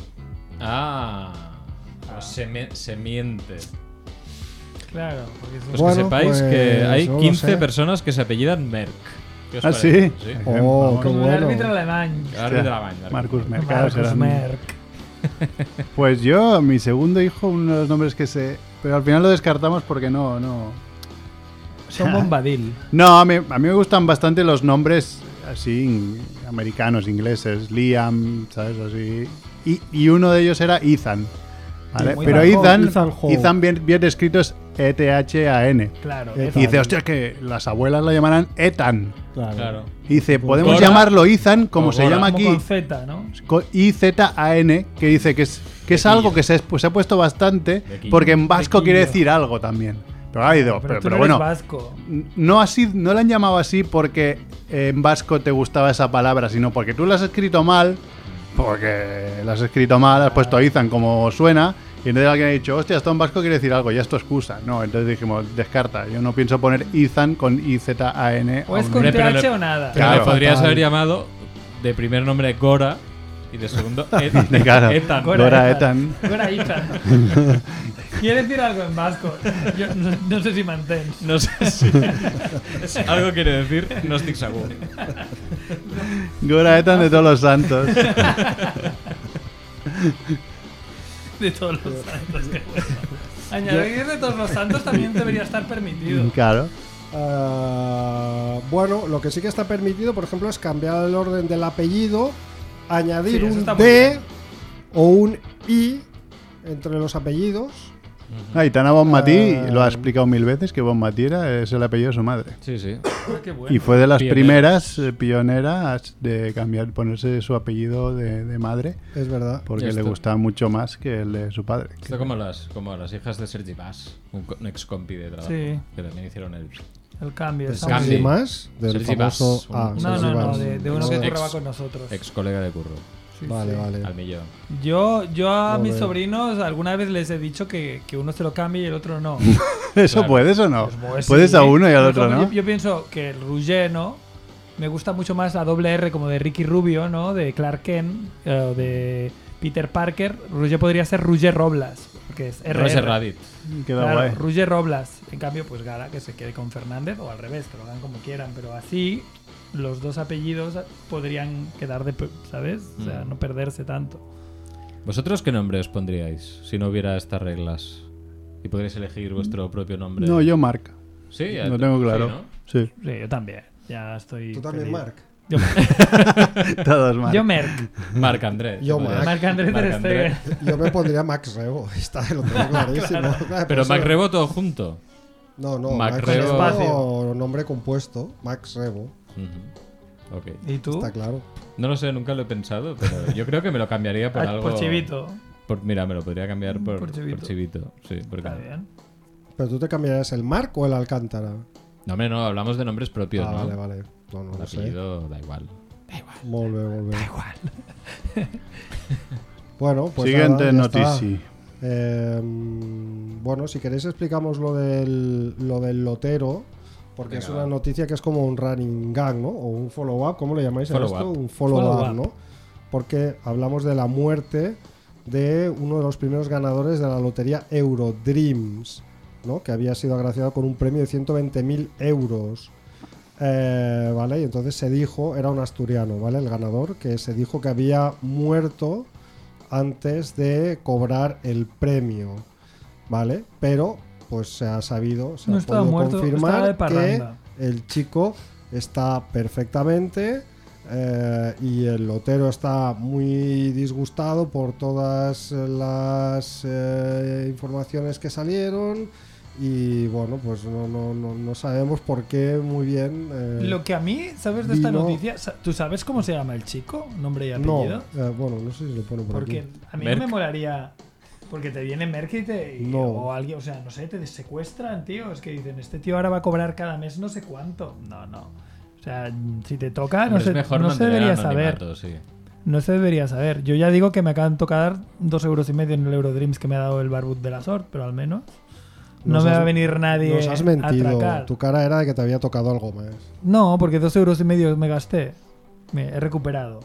A: Ah, pues se, me- se miente.
D: Claro, porque es un-
A: Pues
B: Bueno,
A: que sepáis
B: pues,
A: que hay
B: no lo
A: 15
B: sé.
A: personas que se apellidan Merck. ¿Qué os
C: Ah,
A: parece?
C: ¿sí?
A: Sí.
C: Bien,
B: Oh,
C: vamos.
B: qué
D: como el
B: bueno.
D: árbitro alemán.
A: Ahora de la banda.
C: Marcus Merck. claro,
D: Marcus
C: serán-
D: Merck.
C: Pues yo, mi segundo hijo, uno de los nombres que sé. Pero al final lo descartamos porque no, no.
D: Son Bombadil.
C: No, a mí, a mí me gustan bastante los nombres así in- americanos, ingleses, Liam, ¿sabes? Así. Y, y uno de ellos era Ethan. ¿vale?
D: Sí, muy Oh,
C: Pero
D: bajo,
C: Ethan,
B: Ethan
C: Ethan,
B: Hawke.
C: bien, bien escrito es E E-T-H-A-N.
D: Claro.
B: Eh,
D: Ethan.
C: Y dice, hostia, que las abuelas la llamarán Ethan.
A: Claro.
C: Y dice, podemos
A: Gora.
C: llamarlo Ethan, como
A: O
C: se
A: Gora.
C: llama
D: Como
C: aquí,
D: con Z, ¿no?
C: co- I-Z-A-N, que dice que es, que es
A: Bequillo.
C: algo que se, es- pues, se ha puesto bastante,
A: Bequillo.
C: porque en vasco quiere
D: Bequillo.
C: decir algo también. Pero, ha ido, pero,
D: tú
C: pero
D: no eres
C: bueno,
D: vasco.
C: no, así, no la han llamado así porque en vasco te gustaba esa palabra, sino porque tú la has escrito mal, porque la has escrito mal, has puesto Izan como suena, y entonces alguien ha dicho, hostia, esto en vasco quiere decir algo, ya es tu excusa. No, entonces dijimos, descarta, yo no pienso poner Izan con I-Z-A-N.
D: O es
C: a un
D: Pues con
A: Hombre,
C: nombre".
A: pero
D: TH
A: le-
D: o nada.
A: Pero
C: Claro.
A: le podrías
B: Fatal.
A: haber llamado de primer nombre Gora y de segundo E- Ethan.
C: Claro.
A: Ethan.
C: Gora. Dora Ethan.
D: Dora Ethan. Quiere decir algo en vasco. Yo no, no sé si mantén.
A: No sé si si algo quiere decir, no estoy seguro.
C: Gora Etan de todos los santos.
D: De todos los santos. qué bueno. Añadir de todos los santos también debería estar permitido.
C: claro.
B: Ah, bueno, lo que sí que está permitido, por ejemplo, es cambiar el orden del apellido, añadir
D: Sí, eso
B: un
D: está muy
B: D
D: bien.
B: o un I entre los apellidos.
C: Aitana Bonmatí
B: Ah.
C: lo ha explicado mil veces que Bonmatí era, es el apellido de su madre.
A: Sí, sí.
D: Ah, qué bueno.
C: Y fue de las
A: Pioneras.
C: primeras eh, pioneras de cambiar, ponerse su apellido de, de madre,
B: Es verdad.
D: Pues
C: porque
A: Ya
C: le
A: está.
C: gustaba mucho más que el de su padre.
A: Esto como las, como las hijas de Sergi Bass, un, co- un ex compi de trabajo,
D: Sí.
A: que también hicieron el...
D: El cambio.
B: ¿De
D: está
A: cambio.
B: Sergi
D: bien.
B: Más? Del
A: Sergi Vas,
B: famoso.
A: un-
B: ah,
A: un-
D: No,
B: Sergi
D: no, no,
B: Vas.
D: de, de uno
A: Ex-
D: que
A: ex-
D: curraba con nosotros.
A: Ex colega de curro,
D: Sí,
B: Vale,
D: sí.
B: vale.
A: al millón.
D: Yo, yo a mis
B: Joder.
D: sobrinos alguna vez les he dicho que, que uno se lo cambie y el otro no.
C: ¿Eso
A: Claro.
C: puedes o no?
D: Pues,
C: puedes
D: sí.
C: a uno y al
D: Por
C: otro,
D: ejemplo,
C: ¿no?
D: Yo, yo pienso que el Rouget, ¿no? Me gusta mucho más la doble R como de Ricky Rubio, ¿no? De Clark Kent, eh, o de Peter Parker. Rouget podría ser Rouget Roblas, que es
A: No es
D: RR.
A: Reddit.
C: Queda
D: Claro,
C: guay.
D: Ruger Roblas. En cambio, pues Gara que se quede con Fernández o al revés, que lo hagan como quieran. Pero así los dos apellidos podrían quedar de, pe- ¿sabes? O sea,
A: Mm.
D: no perderse tanto.
A: ¿Vosotros qué nombre os pondríais si no hubiera estas reglas? Y podríais elegir vuestro propio nombre.
C: No, yo marca.
A: Sí, ya-
C: No tengo
A: sí,
C: claro.
A: ¿no?
C: Sí,
D: Sí, yo también. Ya estoy.
B: Tú también,
D: feliz.
B: Mark.
D: Yo,
C: todos marca.
D: yo Merck.
A: Marc Andrés.
B: Yo
A: podría
B: Marc.
A: ser.
D: Marc André
A: Marc
D: Ter
A: André.
D: Stegen.
B: Yo me pondría Max Rebo. Está, lo tengo clarísimo. Claro,
A: Pero
B: pues,
A: Mac Rebo todo junto.
B: No, no.
A: Mac
B: Max
A: Rebo.
B: Rebo. Nombre compuesto. Max Rebo.
A: Ujú. Ok.
D: ¿Y tú?
B: Está claro.
A: No lo sé, nunca lo he pensado, pero yo creo que me lo cambiaría por
D: Ah,
A: algo.
D: Por Chivito. Mm,
A: por- mira, me lo podría cambiar por,
D: Por
A: por chivito.
D: Chivito.
A: Sí, porque.
D: Está bien.
B: ¿Pero tú te cambiarías el Mark o el Alcántara?
A: No, hombre, no, hablamos de nombres propios,
B: ah,
A: ¿no?
B: vale, vale. No, no,
A: El
B: no sé.
A: apellido da igual.
B: Volve, volve. Bueno, pues. nada,
C: Siguiente
B: ya está.
C: noticia.
B: Eh, bueno, si queréis explicamos lo del, lo del lotero, porque
A: Venga,
B: es una
A: va.
B: noticia que es como un running gang, ¿no? O un follow-up, ¿cómo le llamáis a
A: Follow-up.
B: esto? Un follow-up,
D: Follow-up.
B: ¿no? Porque hablamos de la muerte de uno de los primeros ganadores de la lotería Eurodreams, ¿no? Que había sido agraciado con un premio de 120.000 euros. Eh, vale, y entonces se dijo, era un asturiano, ¿vale? El ganador, que se dijo que había muerto antes de cobrar el premio, ¿vale? Pero, pues se ha sabido, se
D: No
B: ha
D: estaba
B: podido
D: muerto, estaba de
B: confirmar que
D: parranda.
B: el chico está perfectamente eh, y el lotero está muy disgustado por todas las eh, informaciones que salieron y bueno, pues no, no, no, no sabemos por qué muy bien. eh,
D: Lo que a mí, ¿sabes de esta
B: Vino-
D: noticia? Sa- ¿Tú sabes cómo se llama el chico? Nombre y
B: no,
D: apellido.
B: eh, bueno, no sé si lo pone por
D: Porque
B: aquí.
D: a mí
A: Merck.
D: no me molaría. Porque te viene Merck y te. y-
B: No.
D: O alguien, o sea, no sé, te secuestran, tío. Es que dicen, este tío ahora va a cobrar cada mes no sé cuánto. No, no. O sea, mm, si te toca, no,
A: Hombre,
D: se,
A: es mejor
D: no se
A: mantener
D: debería
A: anonimato, Sí.
D: saber. No se debería saber. Yo ya digo que me acaban de tocar dos euros y medio en el Eurodreams que me ha dado el barbut de la sort, pero al menos. No
B: Nos
D: me
B: has-
D: va a venir nadie
B: Nos has
D: a
B: mentido.
D: atracar.
B: Tu cara era de que te había tocado algo más.
D: No, porque dos euros y medio me gasté. Me he recuperado.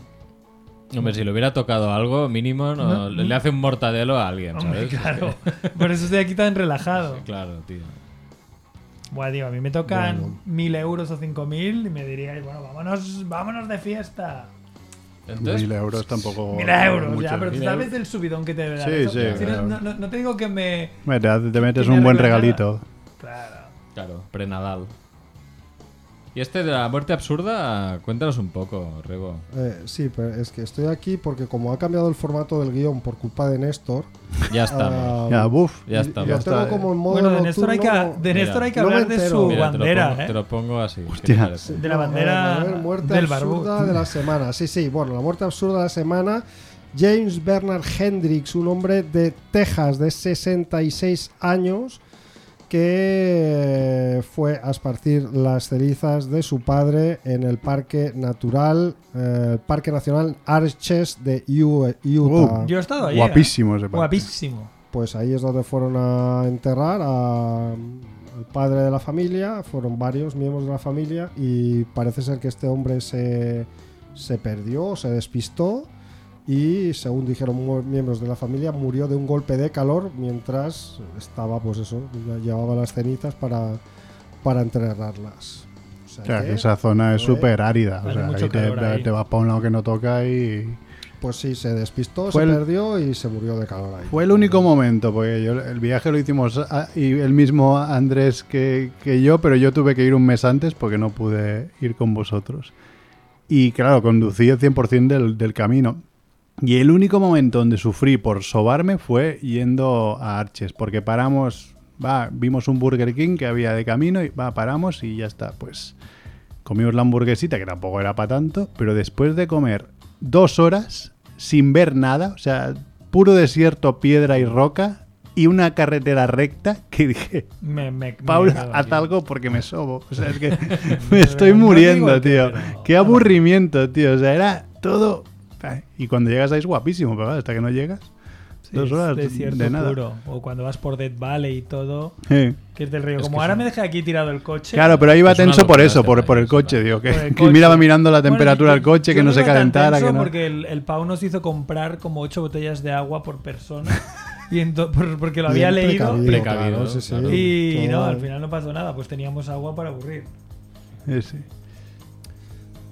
A: Hombre, si le hubiera tocado algo, mínimo, no-
D: No.
A: le le hace un mortadelo a alguien,
D: Hombre,
A: ¿sabes?
D: claro. Por eso estoy aquí tan relajado.
A: Claro, tío.
D: Bueno, digo, a mí me tocan
B: Bueno.
D: mil euros o cinco mil y me diríais, bueno, vámonos, vámonos de fiesta.
A: Entonces,
C: Mil euros tampoco.
D: Mil euros,
C: mucho.
D: ya, pero tú
A: Oh, Mil
D: sabes del subidón que te da.
C: Sí,
D: eso.
C: sí,
D: Si no,
C: claro.
D: no- no- no te digo que me.
C: Hombre, te- Te metes
D: tiene
C: un buen
D: regla nada.
C: regalito.
D: Claro.
A: Claro, prenadal. Y este de la muerte absurda, cuéntanos un poco, Rebo.
B: Eh, sí, pero es que estoy aquí porque como ha cambiado el formato del guión por culpa de Néstor,
A: Ya estamos.
B: ah,
C: Ya, buf.
A: ya estamos.
B: lo
C: está,
B: tengo
C: eh.
B: como en modo
D: Bueno, de Néstor hay que,
B: nocturno.
D: de Néstor
A: Mira,
D: hay que
B: no me
D: hablar de
B: entero.
D: su
A: Mira, te lo
D: bandera,
A: pongo-
D: ¿eh?
A: te lo pongo así. ¿eh? ¿qué te
C: Hostia.
A: parece?
D: Pues, De la
B: No,
D: bandera
B: a ver, muerte
D: del barbú.
B: absurda de la semana. Sí, sí, bueno, la muerte absurda de la semana. James Bernard Hendrix, un hombre de Texas de 66 años que eh, fue a esparcir las cenizas de su padre en el Parque Natural, eh, Parque Nacional Arches de U- Utah.
D: Yo he estado ahí. ¿eh?
C: Guapísimo ese parque.
D: Guapísimo.
B: Pues ahí es donde fueron a enterrar a- al padre de la familia, fueron varios miembros de la familia y parece ser que este hombre se, se perdió, se despistó y según dijeron mu- miembros de la familia murió de un golpe de calor mientras estaba pues eso, ya llevaba las cenizas para, para enterrarlas. O sea
C: O sea, que
B: que,
C: esa zona es
B: Joder.
C: súper árida. O
D: Hace
C: sea,
D: mucho
C: ahí te,
D: calor ahí.
C: te vas para un lado que no toca y.
B: pues sí, se despistó,
C: Fue
B: se
C: el-
B: perdió y se murió de calor ahí.
C: Fue el único momento, porque yo, el viaje lo hicimos a- y el mismo Andrés que, que yo, pero yo tuve que ir un mes antes porque no pude ir con vosotros. Y claro, conducí el 100% del, del camino. Y el único momento donde sufrí por sobarme fue yendo a Arches, porque paramos, va, vimos un Burger King que había de camino y va, paramos y ya está, pues comimos la hamburguesita, que tampoco era para tanto, pero después de comer dos horas sin ver nada, o sea, puro desierto, piedra y roca, y una carretera recta que dije,
D: Me, me, me
C: Paula,
D: cago
C: haz
D: aquí.
C: algo porque me sobo. O sea, es que me estoy
D: No digo
C: muriendo,
D: el
C: tío.
D: que, pero-
C: Qué aburrimiento, tío. O sea, era todo. Ay, Y cuando llegas ahí es guapísimo, pero claro, hasta que no llegas.
D: Sí,
C: dos
D: es
C: horas
D: desierto
C: de nada.
D: puro. O cuando vas por Dead Valley y todo,
C: Eh.
D: que es del río.
A: Es
D: Como
A: que
D: ahora
A: son-
D: me dejé aquí tirado el coche.
C: Claro, pero ahí iba
A: Es una
C: tenso por
A: locura
C: eso,
A: este
C: por, por el
A: país,
C: coche, tío.
D: Por
C: Que,
D: el
C: que miraba
D: coche.
C: mirando la
D: Bueno,
C: temperatura
D: yo-
C: del coche,
D: yo
C: que no
D: no
C: se
D: iba tan
C: calentara.
D: tenso
C: Que no.
D: porque el, el Pau nos hizo comprar como ocho botellas de agua por persona y ento- por- porque lo había
B: Bien
D: leído
A: Precavido,
B: claro, sí, sí.
A: claro.
D: y no,
B: Todo-
D: al final no pasó nada, pues teníamos agua para aburrir.
C: Eh, sí.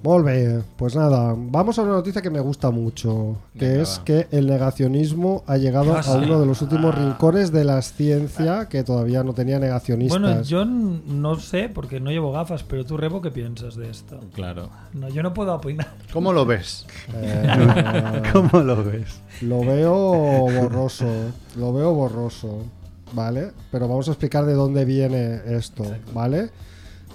B: Volve, pues nada, vamos a una noticia que me gusta mucho, que
A: Venga,
B: es
A: va.
B: que el negacionismo ha llegado
D: Ah,
B: a uno
D: sí.
B: de los últimos
D: Ah.
B: rincones de la ciencia que todavía no tenía negacionistas.
D: Bueno, yo n- no sé porque no llevo gafas, pero tú Rebo, ¿qué piensas de esto?
A: Claro.
D: No, yo no puedo opinar.
C: ¿Cómo lo ves?
B: Eh,
C: ¿Cómo lo ves?
B: lo veo borroso, lo veo borroso, ¿vale? Pero vamos a explicar de dónde viene esto, ¿vale?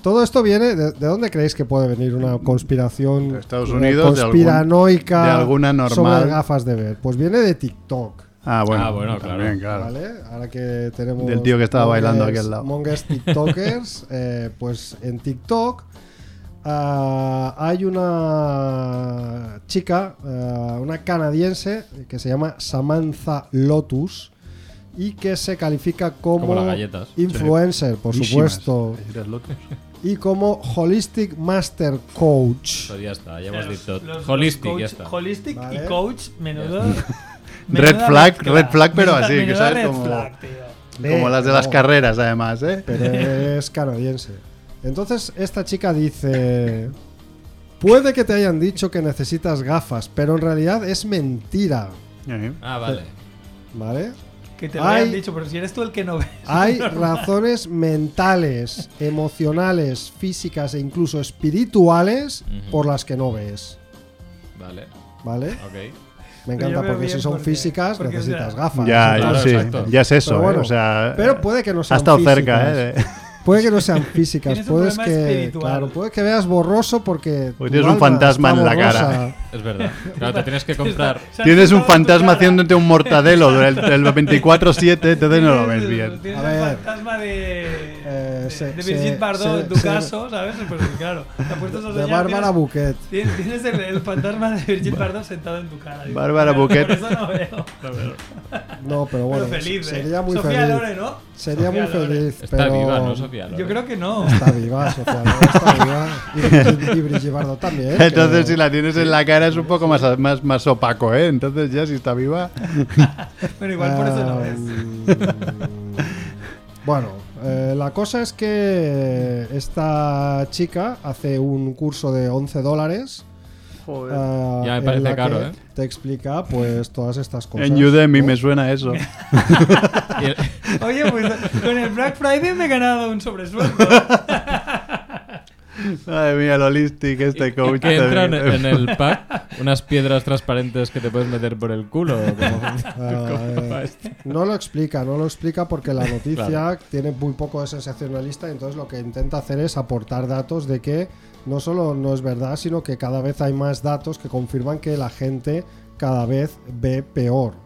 B: Todo esto viene de, de dónde creéis que puede venir una conspiración
C: De Estados
B: eh,
C: Unidos, de algún-
B: conspiranoica
C: de alguna normal.
B: sobre gafas de ver. Pues viene de TikTok.
C: Ah, bueno,
A: Ah, bueno, claro.
C: también, claro.
B: ¿Vale? Ahora que tenemos.
C: Del tío que estaba bailando aquí al lado.
B: Mongers TikTokers, eh, pues en TikTok ah, hay una chica, ah, una canadiense, que se llama Samantha Lotus y que se califica como,
A: Como las galletas.
B: influencer, por
C: Muchísimas.
B: supuesto,
C: Ahí las lotos.
B: y como Holistic Master Coach.
A: Pues ya está, ya hemos
D: Los-
A: dicho.
D: los- los
A: Holistic,
D: coach-
A: ya está.
D: Holistic
B: Vale.
D: y coach, menudo.
C: Red
D: menuda
C: flag,
D: mezcla.
C: red flag, pero
D: Menuda-
C: así, que
D: menuda
C: sabes
D: red
C: como-
D: flag, tío.
C: Como
B: Eh,
C: las de las
B: no.
C: carreras, además, ¿eh?
B: pero es canadiense. Entonces esta chica dice, puede que te hayan dicho que necesitas gafas, pero en realidad es mentira,
C: Eh.
A: Ah, vale.
B: ¿vale?
D: Que te lo hayan
B: Ay.
D: dicho, pero si eres tú el que no ves.
B: Hay razones mentales, emocionales, físicas e incluso espirituales
A: Ujú.
B: por las que no ves,
A: Vale.
B: ¿vale?
A: Ok.
B: Me
D: Pero yo
B: encanta
D: veo
B: porque si
D: bien
B: son
D: porque-
B: físicas
D: porque, o sea,
B: necesitas gafas.
C: Ya,
A: Claro,
C: ya,
B: necesitas-
C: sí,
A: exacto.
C: ya es eso,
B: Pero
C: ¿eh?
B: bueno,
C: o sea,
B: Pero puede que no
C: ha
B: sean
C: estado
B: físicas.
C: cerca, ¿eh? de-
B: Puede que no sean físicas,
D: Tienes un
B: puedes
D: problema
B: que,
D: espiritual.
B: claro, puede que veas borroso porque...
C: Porque
B: tu
C: tienes
B: alma
C: un fantasma
B: está
C: en la cara.
B: borrosa.
A: Es verdad. Claro, te tienes que comprar.
D: Se han
C: Tienes un
D: sentado en tu
C: fantasma
D: cara.
C: haciéndote un mortadelo durante el 24-7, entonces no lo ves bien.
D: Tienes
B: A
D: el
B: ver. Eh,
D: fantasma de, de,
B: se-
D: de
B: se-
D: Brigitte Bardot
B: se-
D: en tu
B: se-
D: caso, ¿sabes? Pues claro, te ha puesto esos
B: De
D: años,
B: Bárbara
D: tienes-
B: Buquet.
D: Tienes, tienes el, el fantasma de Brigitte Bardot sentado en tu cara. digo,
C: Bárbara
D: por
C: Buquet.
D: eso no veo.
B: No, pero
D: Pero
B: bueno,
D: feliz, ¿eh?
B: sería muy
D: Sofía
B: feliz.
D: Lore, ¿no?
B: Sería
D: Sofía
B: muy
D: Loren.
B: feliz,
A: Está
B: pero
A: viva, ¿no, Sofía? Loren?
D: Yo creo que no.
B: Está viva, Sofía Loren, está viva. Y Brigitte- Y Brigitte Bardot también.
C: Entonces
B: que-
C: si la tienes en la cara es un poco más, más, más opaco, ¿eh? Entonces ya si está viva...
D: Pero igual por eso
B: Ah,
D: no ves.
B: Mm, Bueno, eh, la cosa es que esta chica hace un curso de 11 dólares.
C: pues,
B: ah,
A: Ya me
B: en
A: parece
B: la que
A: caro, ¿eh?
B: Te explica pues todas estas cosas. Pues,
C: En Udemy me
B: ¿no?
C: suena eso.
A: Y el-
D: Oye, pues con el Black Friday me he ganado un sobresueldo.
C: Ay, mía, lo listic este coach.
A: que entran
C: también.
A: en el pack unas piedras transparentes que te puedes meter por el culo. o como-
B: Ah, eh, no lo explica, no lo explica porque la noticia
A: Claro.
B: tiene muy poco de sensacionalista, entonces lo que intenta hacer es aportar datos de que no solo no es verdad, sino que cada vez hay más datos que confirman que la gente cada vez ve peor.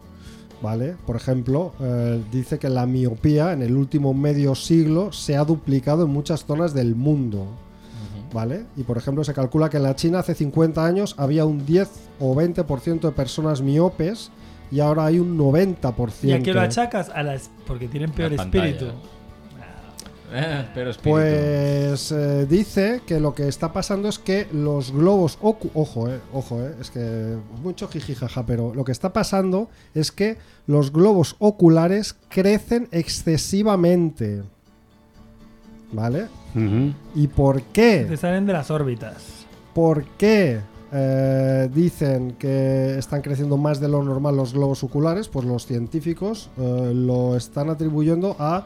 B: ¿Vale? Por ejemplo, eh, dice que la miopía en el último medio siglo se ha duplicado en muchas zonas del mundo. ¿Vale? Y por ejemplo, se calcula que en la China hace 50 años había un 10 o 20% de personas miopes y ahora hay un 90%.
D: ¿Y a qué lo achacas? A las, porque tienen peor
A: La pantalla.
D: espíritu.
A: Eh, pero espíritu.
B: Pues eh, dice que lo que está pasando es que los globos ocu- ojo, eh, ojo, eh, es que mucho jijijaja, pero lo que está pasando es que los globos oculares crecen excesivamente. ¿Vale?
C: Ujú.
B: ¿Y por qué?
D: Te salen de las órbitas.
B: ¿Por qué eh, dicen que están creciendo más de lo normal los globos oculares? Pues los científicos eh, lo están atribuyendo a,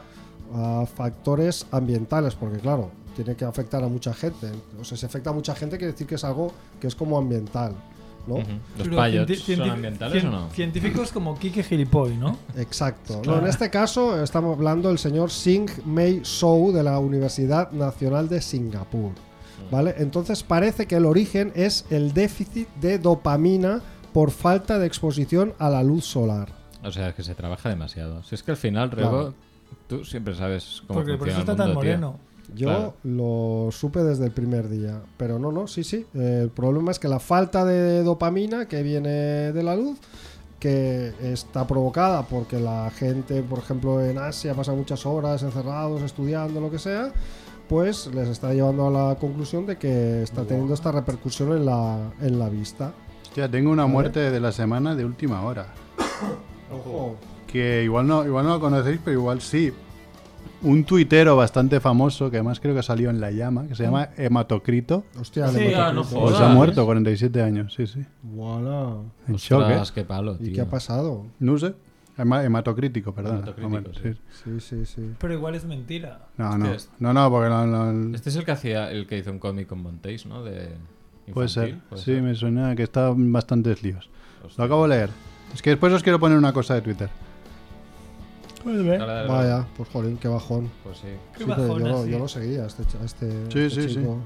B: a factores ambientales, porque claro, tiene que afectar a mucha gente. O sea, si afecta a mucha gente quiere decir que es algo que es como ambiental. ¿no?
A: Ujú. ¿Los
D: Pero
A: payos
D: cienti-
A: son
D: cienti-
A: ambientales
D: cien-
A: o no?
D: Científicos como Kike Gilipoy, ¿no?
B: Exacto.
D: Claro.
B: No, en este caso estamos hablando del señor Singh Mei Sou de la Universidad Nacional de Singapur. ¿Vale? Entonces parece que el origen es el déficit de dopamina por falta de exposición a la luz solar.
A: O sea, es que se trabaja demasiado. Si es que al final, Rego, tú siempre sabes cómo
D: Porque por eso
A: funciona el
D: está tan
A: mundo, tío.
D: moreno.
B: Yo
A: Claro.
B: lo supe desde el primer día, pero no, no, sí, sí. Eh, el problema es que la falta de dopamina que viene de la luz, que está provocada porque la gente, por ejemplo, en Asia pasa muchas horas encerrados, estudiando, lo que sea, pues les está llevando a la conclusión de que está teniendo esta repercusión en la, en la vista.
C: Ya tengo una muerte de la semana de última hora.
B: Ojo.
C: que igual no, igual no lo conocéis, pero igual sí. Un tuitero bastante famoso, que además creo que salió en La Llama, que se llama Hematocrito.
B: Hostia,
D: Sí,
B: le hemos
A: ah, no
B: escrito.
C: Pues
A: Hola,
C: ha muerto,
A: ¿ves?
C: 47 años, sí, sí.
B: Voilà.
C: En shock, ¿eh?
A: Ostras, qué palo, tío.
B: ¿Y qué ha pasado?
C: No sé. Hema- Hematocrítico, perdón.
A: Hematocrítico, sí.
B: Sí, sí, sí.
D: Pero igual es mentira.
C: No, no.
A: Hostias.
C: No, no, porque no, no-
A: Este es el que hacía, el que hizo un cómic con Montéis, ¿no? De infantil,
C: Puede ser.
A: puede
C: Sí,
A: ser.
C: me suena que está en bastantes líos.
A: Hostia.
C: Lo acabo de leer. Es que después os quiero poner una cosa de Twitter.
A: Dale, dale, dale.
B: Vaya, pues jolín, qué bajón.
A: Pues sí.
B: Sí,
D: Qué
B: pero yo,
D: bajón
B: lo,
D: así.
B: yo lo seguía a este, ch- a este-
C: Sí,
B: a este
C: sí, sí.
B: chico.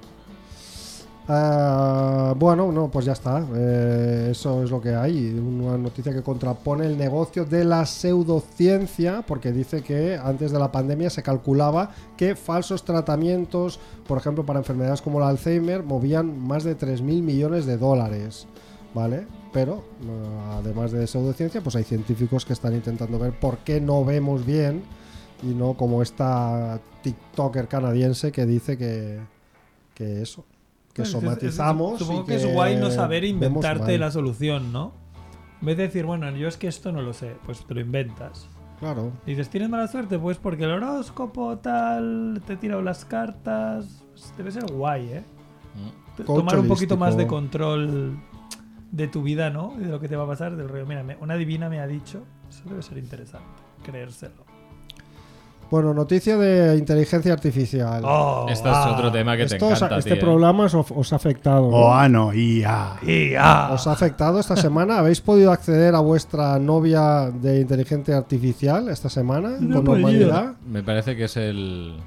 B: Ah, bueno, no, pues ya está. Eh, eso es lo que hay. Una noticia que contrapone el negocio de la pseudociencia, porque dice que antes de la pandemia se calculaba que falsos tratamientos, por ejemplo, para enfermedades como el Alzheimer, movían más de 3.000 millones de dólares. ¿Vale? Pero, ah, además de pseudociencia, pues hay científicos que están intentando ver por qué no vemos bien y no como esta TikToker canadiense que dice que, que eso, que
D: Pues Es- es- es-
B: somatizamos. y
D: Supongo que es guay no saber
B: vemos
D: inventarte
B: mal.
D: la solución, ¿no? En vez de decir, bueno, yo es que esto no lo sé, pues te lo inventas.
B: Claro.
D: Y dices, ¿tienes mala suerte? Pues porque el horóscopo tal, te he tirado las cartas. Pues debe ser guay, ¿eh?
A: Mm.
D: T-
B: Coach
D: Tomar un
B: holístico.
D: poquito más de control de tu vida, ¿no? Y de lo que te va a pasar, del rollo. Mira, me- una divina me ha dicho. Eso debe ser interesante, creérselo.
A: Pues,
B: Bueno, noticia de inteligencia artificial.
D: Oh,
A: Este es
D: ah,
A: otro tema que te
B: Esto os ha-
A: encanta,
B: este
A: tío. ¿eh?
B: programa os, os ha afectado. ¿no?
C: Oh, ah, no, IA.
D: y, ah.
B: Os ha afectado esta semana. ¿Habéis podido acceder a vuestra novia de inteligencia artificial esta semana
D: No
B: con
D: he podido.
B: normalidad?
A: Me parece que es el,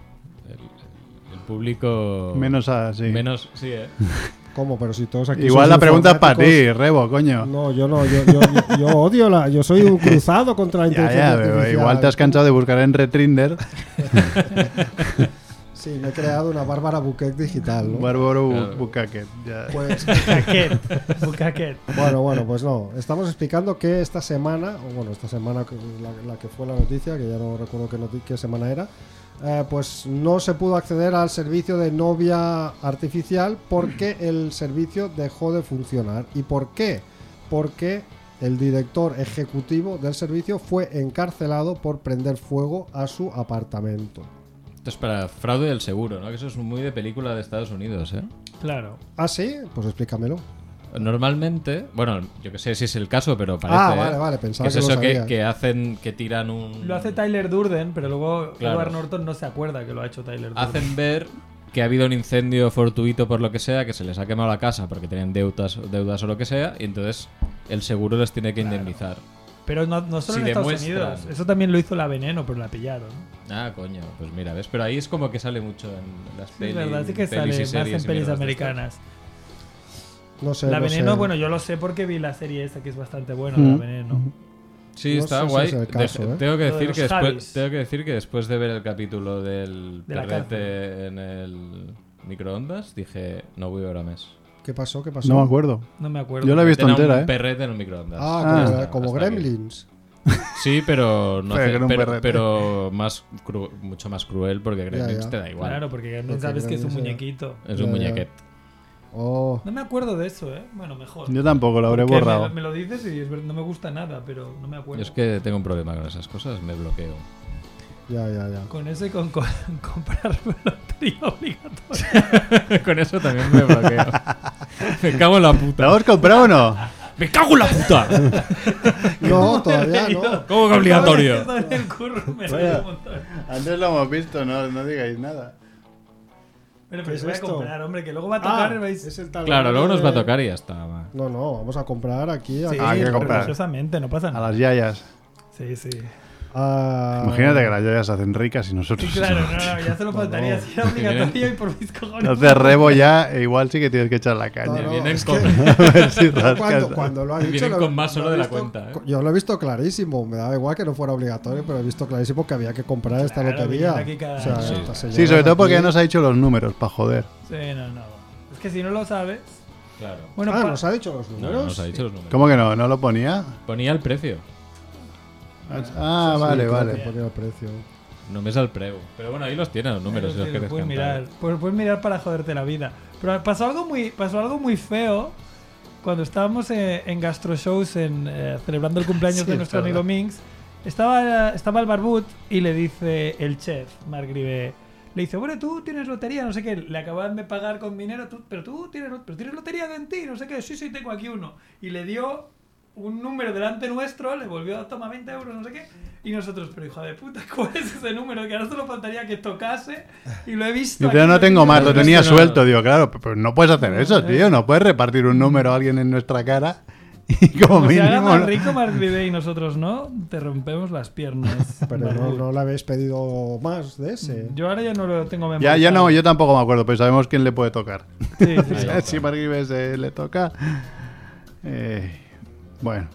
A: el, el público
C: Menos así.
A: Oh. menos, sí, ¿eh?
B: ¿Cómo? Pero si todos aquí sois
C: Igual la pregunta es para
B: informáticos.
C: ti, Rebo, coño.
B: No, yo no, yo, yo- yo- yo odio la. Yo soy un cruzado contra la
C: Ya,
B: inteligencia
C: ya, pero
B: artificial.
C: igual te has cansado de buscar en Retrinder
B: Sí, me he creado una Bárbara Buquet digital, ¿no?
C: Bárbaro Bu-
A: Claro.
C: Bucaque. ya.
B: Pues,
D: Bucaquet, bucaquet.
B: bueno, bueno, pues no. Estamos explicando que esta semana, o bueno, esta semana que- la, la que fue la noticia, que ya no recuerdo qué, noti- qué semana era, eh, pues no se pudo acceder al servicio de novia artificial porque el servicio dejó de funcionar. ¿Y por qué? Porque el director ejecutivo del servicio fue encarcelado por prender fuego a su apartamento.
A: Esto es para fraude del seguro, ¿no? Que eso es muy de película de Estados Unidos, ¿eh?
D: Claro.
B: ¿Ah, sí? Pues explícamelo.
A: Normalmente, bueno, yo que sé si es el caso, pero parece.
B: Ah, vale,
A: ¿eh?
B: vale, pensaba
A: que es
B: que lo
A: eso que,
B: sabías.
A: que hacen, que tiran un.
D: Lo hace Tyler Durden, pero luego
A: Claro.
D: Edward Norton no se acuerda que lo ha hecho Tyler Durden.
A: hacen ver que ha habido un incendio fortuito por lo que sea, que se les ha quemado la casa porque tenían deudas, deudas o lo que sea, y entonces el seguro les tiene que indemnizar.
D: Pero no, no solo
A: Si
D: en Estados
A: demuestran.
D: Unidos. Eso también lo hizo la Veneno, pero la pillaron.
A: Ah, coño, pues mira, ves, pero ahí es como que sale mucho en las
D: Sí, es
A: pelis.
D: verdad, sí que
A: pelis
D: sale
A: y
D: más
A: series
D: en
A: y
D: pelis
A: mierdas de
D: americanas.
B: No sé.
D: La
B: no
D: Veneno,
B: sé.
D: bueno, yo lo sé porque vi la serie esa que es bastante buena, La Veneno.
A: estas. Sí,
B: No
A: está
B: sé si
A: guay.
B: es el
A: De-
B: caso, ¿eh?
A: tengo, que
D: Lo de
A: decir
D: los
A: que después,
D: Javis.
A: tengo que decir que después de ver el capítulo del
D: De la
A: perrete en el microondas, dije, no voy a ver a mes.
B: ¿Qué pasó? ¿Qué pasó?
C: No me acuerdo.
D: No me acuerdo.
C: Yo la he visto
A: Meten a
C: entera,
A: un
C: ¿eh?
A: perrete en el microondas.
B: Ah, como,
A: Hasta-
B: como
A: hasta aquí.
B: Gremlins.
A: Sí, pero, no
C: Pero
A: hace-
C: con un
A: pero,
C: perrete.
A: pero más cru- mucho más cruel porque Gremlins
B: ya.
A: te da igual.
D: Claro, porque no
B: Porque
D: sabes que es un
B: Gremlins era-
D: muñequito.
A: Es
B: Ya,
A: un
B: ya.
A: muñequet.
B: Oh,
D: No me acuerdo de eso, ¿eh? Bueno, mejor.
C: Yo tampoco lo habré
D: Porque me-
C: borrado.
D: Me, lo dices y es verdad, no me gusta nada, pero no me acuerdo.
A: Yo es que tengo un problema con esas cosas, me bloqueo.
B: ya, ya, ya.
D: Con eso y con, con comprar lotería obligatoria.
A: Con eso también me bloqueo. me cago en la puta.
C: ¿La hemos comprado o no?
A: ¡Me cago en la puta!
B: No, todavía no.
A: ¿Cómo que obligatorio?
D: Estaba en el curro, me reí
C: Vaya.
D: un montón.
C: Antes lo hemos visto, no, no digáis nada.
D: Pero,
B: ¿Qué
D: pero
B: es
D: se voy a
B: esto?
D: comprar, hombre, que luego va a
B: Ah,
D: tocar. vais-
B: es el tal
A: Claro, luego nos va a
B: de-
A: tocar y ya está. va.
B: No, no, vamos a comprar aquí.
D: Sí,
B: aquí.
C: Ah, hay que
D: pero
C: comprar.
D: religiosamente, no pasa
C: A
D: nada.
C: las yayas.
D: Sí, sí.
B: Ah,
C: Imagínate que las yayas se hacen ricas y
D: Sí,
C: nosotros.
D: claro, no, no, ya se lo faltaría. Si era obligatorio y por mis cojones.
C: No te rebo ya, e igual sí que tienes que echar la caña.
A: Me
B: no,
A: vienen
B: es
A: con-
C: A ver si rascas.
B: Cuando, cuando lo ha dicho.
A: Vienen
B: lo-
A: con más
B: lo
A: solo
B: he
A: de la
B: visto-
A: cuenta, ¿eh?
B: Yo lo he visto clarísimo. Me daba igual que no fuera obligatorio, pero he visto clarísimo que había que comprar esta
D: Claro,
B: lotería.
D: vienen aquí cada
B: O sea,
D: año.
B: estas
C: Sí, sobre
B: señoras
C: todo porque ya
B: aquí-
C: nos ha dicho los números, para joder.
D: Sí, no, no. Es que si no lo sabes.
A: Claro.
D: Bueno, pues-
B: Ah,
D: pa-
B: nos ha dicho los
A: No,
B: números.
A: no nos ha dicho los números.
C: ¿Cómo que no? ¿No lo ponía?
A: Ponía el precio.
C: Ah, vale,
B: Sí, creo que
C: vale.
B: ponía el precio.
A: No me sale el preu. Pero bueno, ahí los tienes los números. si los
D: Pero
A: quieres
D: puedes
A: cantar.
D: mirar, pues puedes mirar para joderte la vida. Pero pasó algo muy, pasó algo muy feo cuando estábamos eh, en gastro shows en, eh, celebrando el cumpleaños
C: Sí,
D: de
C: es
D: nuestro
C: verdad.
D: amigo Minx. Estaba, estaba el barbut y le dice el chef, Marc Grivé, le dice, bueno, tú tienes lotería, no sé qué, le acaban de pagar con dinero, tú- pero tú tienes, lo- pero tienes lotería en ti, no sé qué, sí, sí, tengo aquí uno. Y le dio un número delante nuestro, le volvió a tomar 20 euros, no sé qué, y nosotros, pero hija de puta, ¿cuál es ese número? Que ahora solo faltaría que tocase y lo he visto.
C: Dice, no
D: aquí,
C: tengo más, lo
A: Pero
C: tenía
A: es que no-
C: suelto. Digo, claro, pero no puedes hacer eso, tío. No puedes repartir un número a alguien en nuestra cara y como
D: Como se haga
C: mínimo...
D: más
C: ¿no?
D: rico, más vive y nosotros no, te rompemos las piernas.
B: Pero no,
D: Barbut.
B: no le habéis pedido más de ese.
D: Yo ahora ya no lo tengo
C: Ya,
D: memorizado.
C: ya no, yo tampoco me acuerdo, pero sabemos quién le puede tocar.
D: Sí, sí, sí.
A: Ahí está.
C: si Marguerite se le toca... eh, bueno,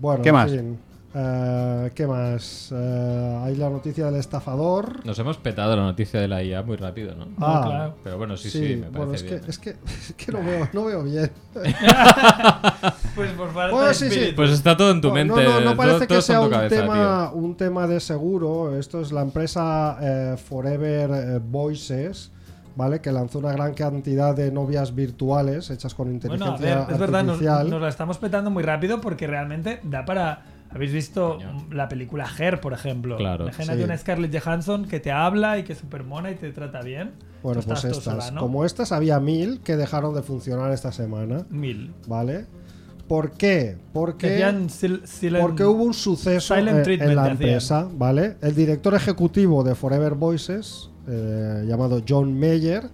B: Bueno,
C: ¿Qué
B: en
C: más?
B: fin. Eh, ¿Qué más? Eh, hay la noticia del estafador.
A: Nos hemos petado la noticia de la IA muy rápido, ¿no?
D: No,
B: Ah.
D: claro.
A: Pero bueno, sí, sí, me parece
B: bueno, es
A: bien. ¿eh?
B: que, es que, es que no, veo, no veo bien.
D: Pues por falta
B: Bueno,
D: de
B: Oh, sí, sí.
D: espíritu.
A: Pues está todo en tu
B: No,
A: mente.
B: No, no, no
A: todo-
B: parece
A: todo está
B: que
A: en
B: sea
A: tu
B: un,
A: cabeza,
B: tema, un tema de seguro. Esto es la empresa eh, Forever eh, Voices, ¿vale? Que lanzó una gran cantidad de novias virtuales hechas con
D: Bueno, a
B: inteligencia
D: ver, es verdad, nos,
B: artificial.
D: nos la estamos petando muy rápido porque realmente da para. Habéis visto la película Her, por ejemplo.
A: Claro.
D: Imagínate
B: Sí.
D: una Scarlett Johansson que te habla y que es súper mona y te trata bien.
B: bueno,
D: Tú
B: pues
D: estás todo
B: estas.
D: sola, ¿no?
B: Como estas había mil que dejaron de funcionar esta semana,
D: Mil.
B: ¿vale? ¿Por qué? Porque...
D: Decían sil- silent-
B: Porque hubo un suceso
D: Silent
B: eh, en
D: treatment
B: la
D: hacían.
B: empresa, ¿vale? El director ejecutivo de Forever Voices, eh, llamado John Mayer,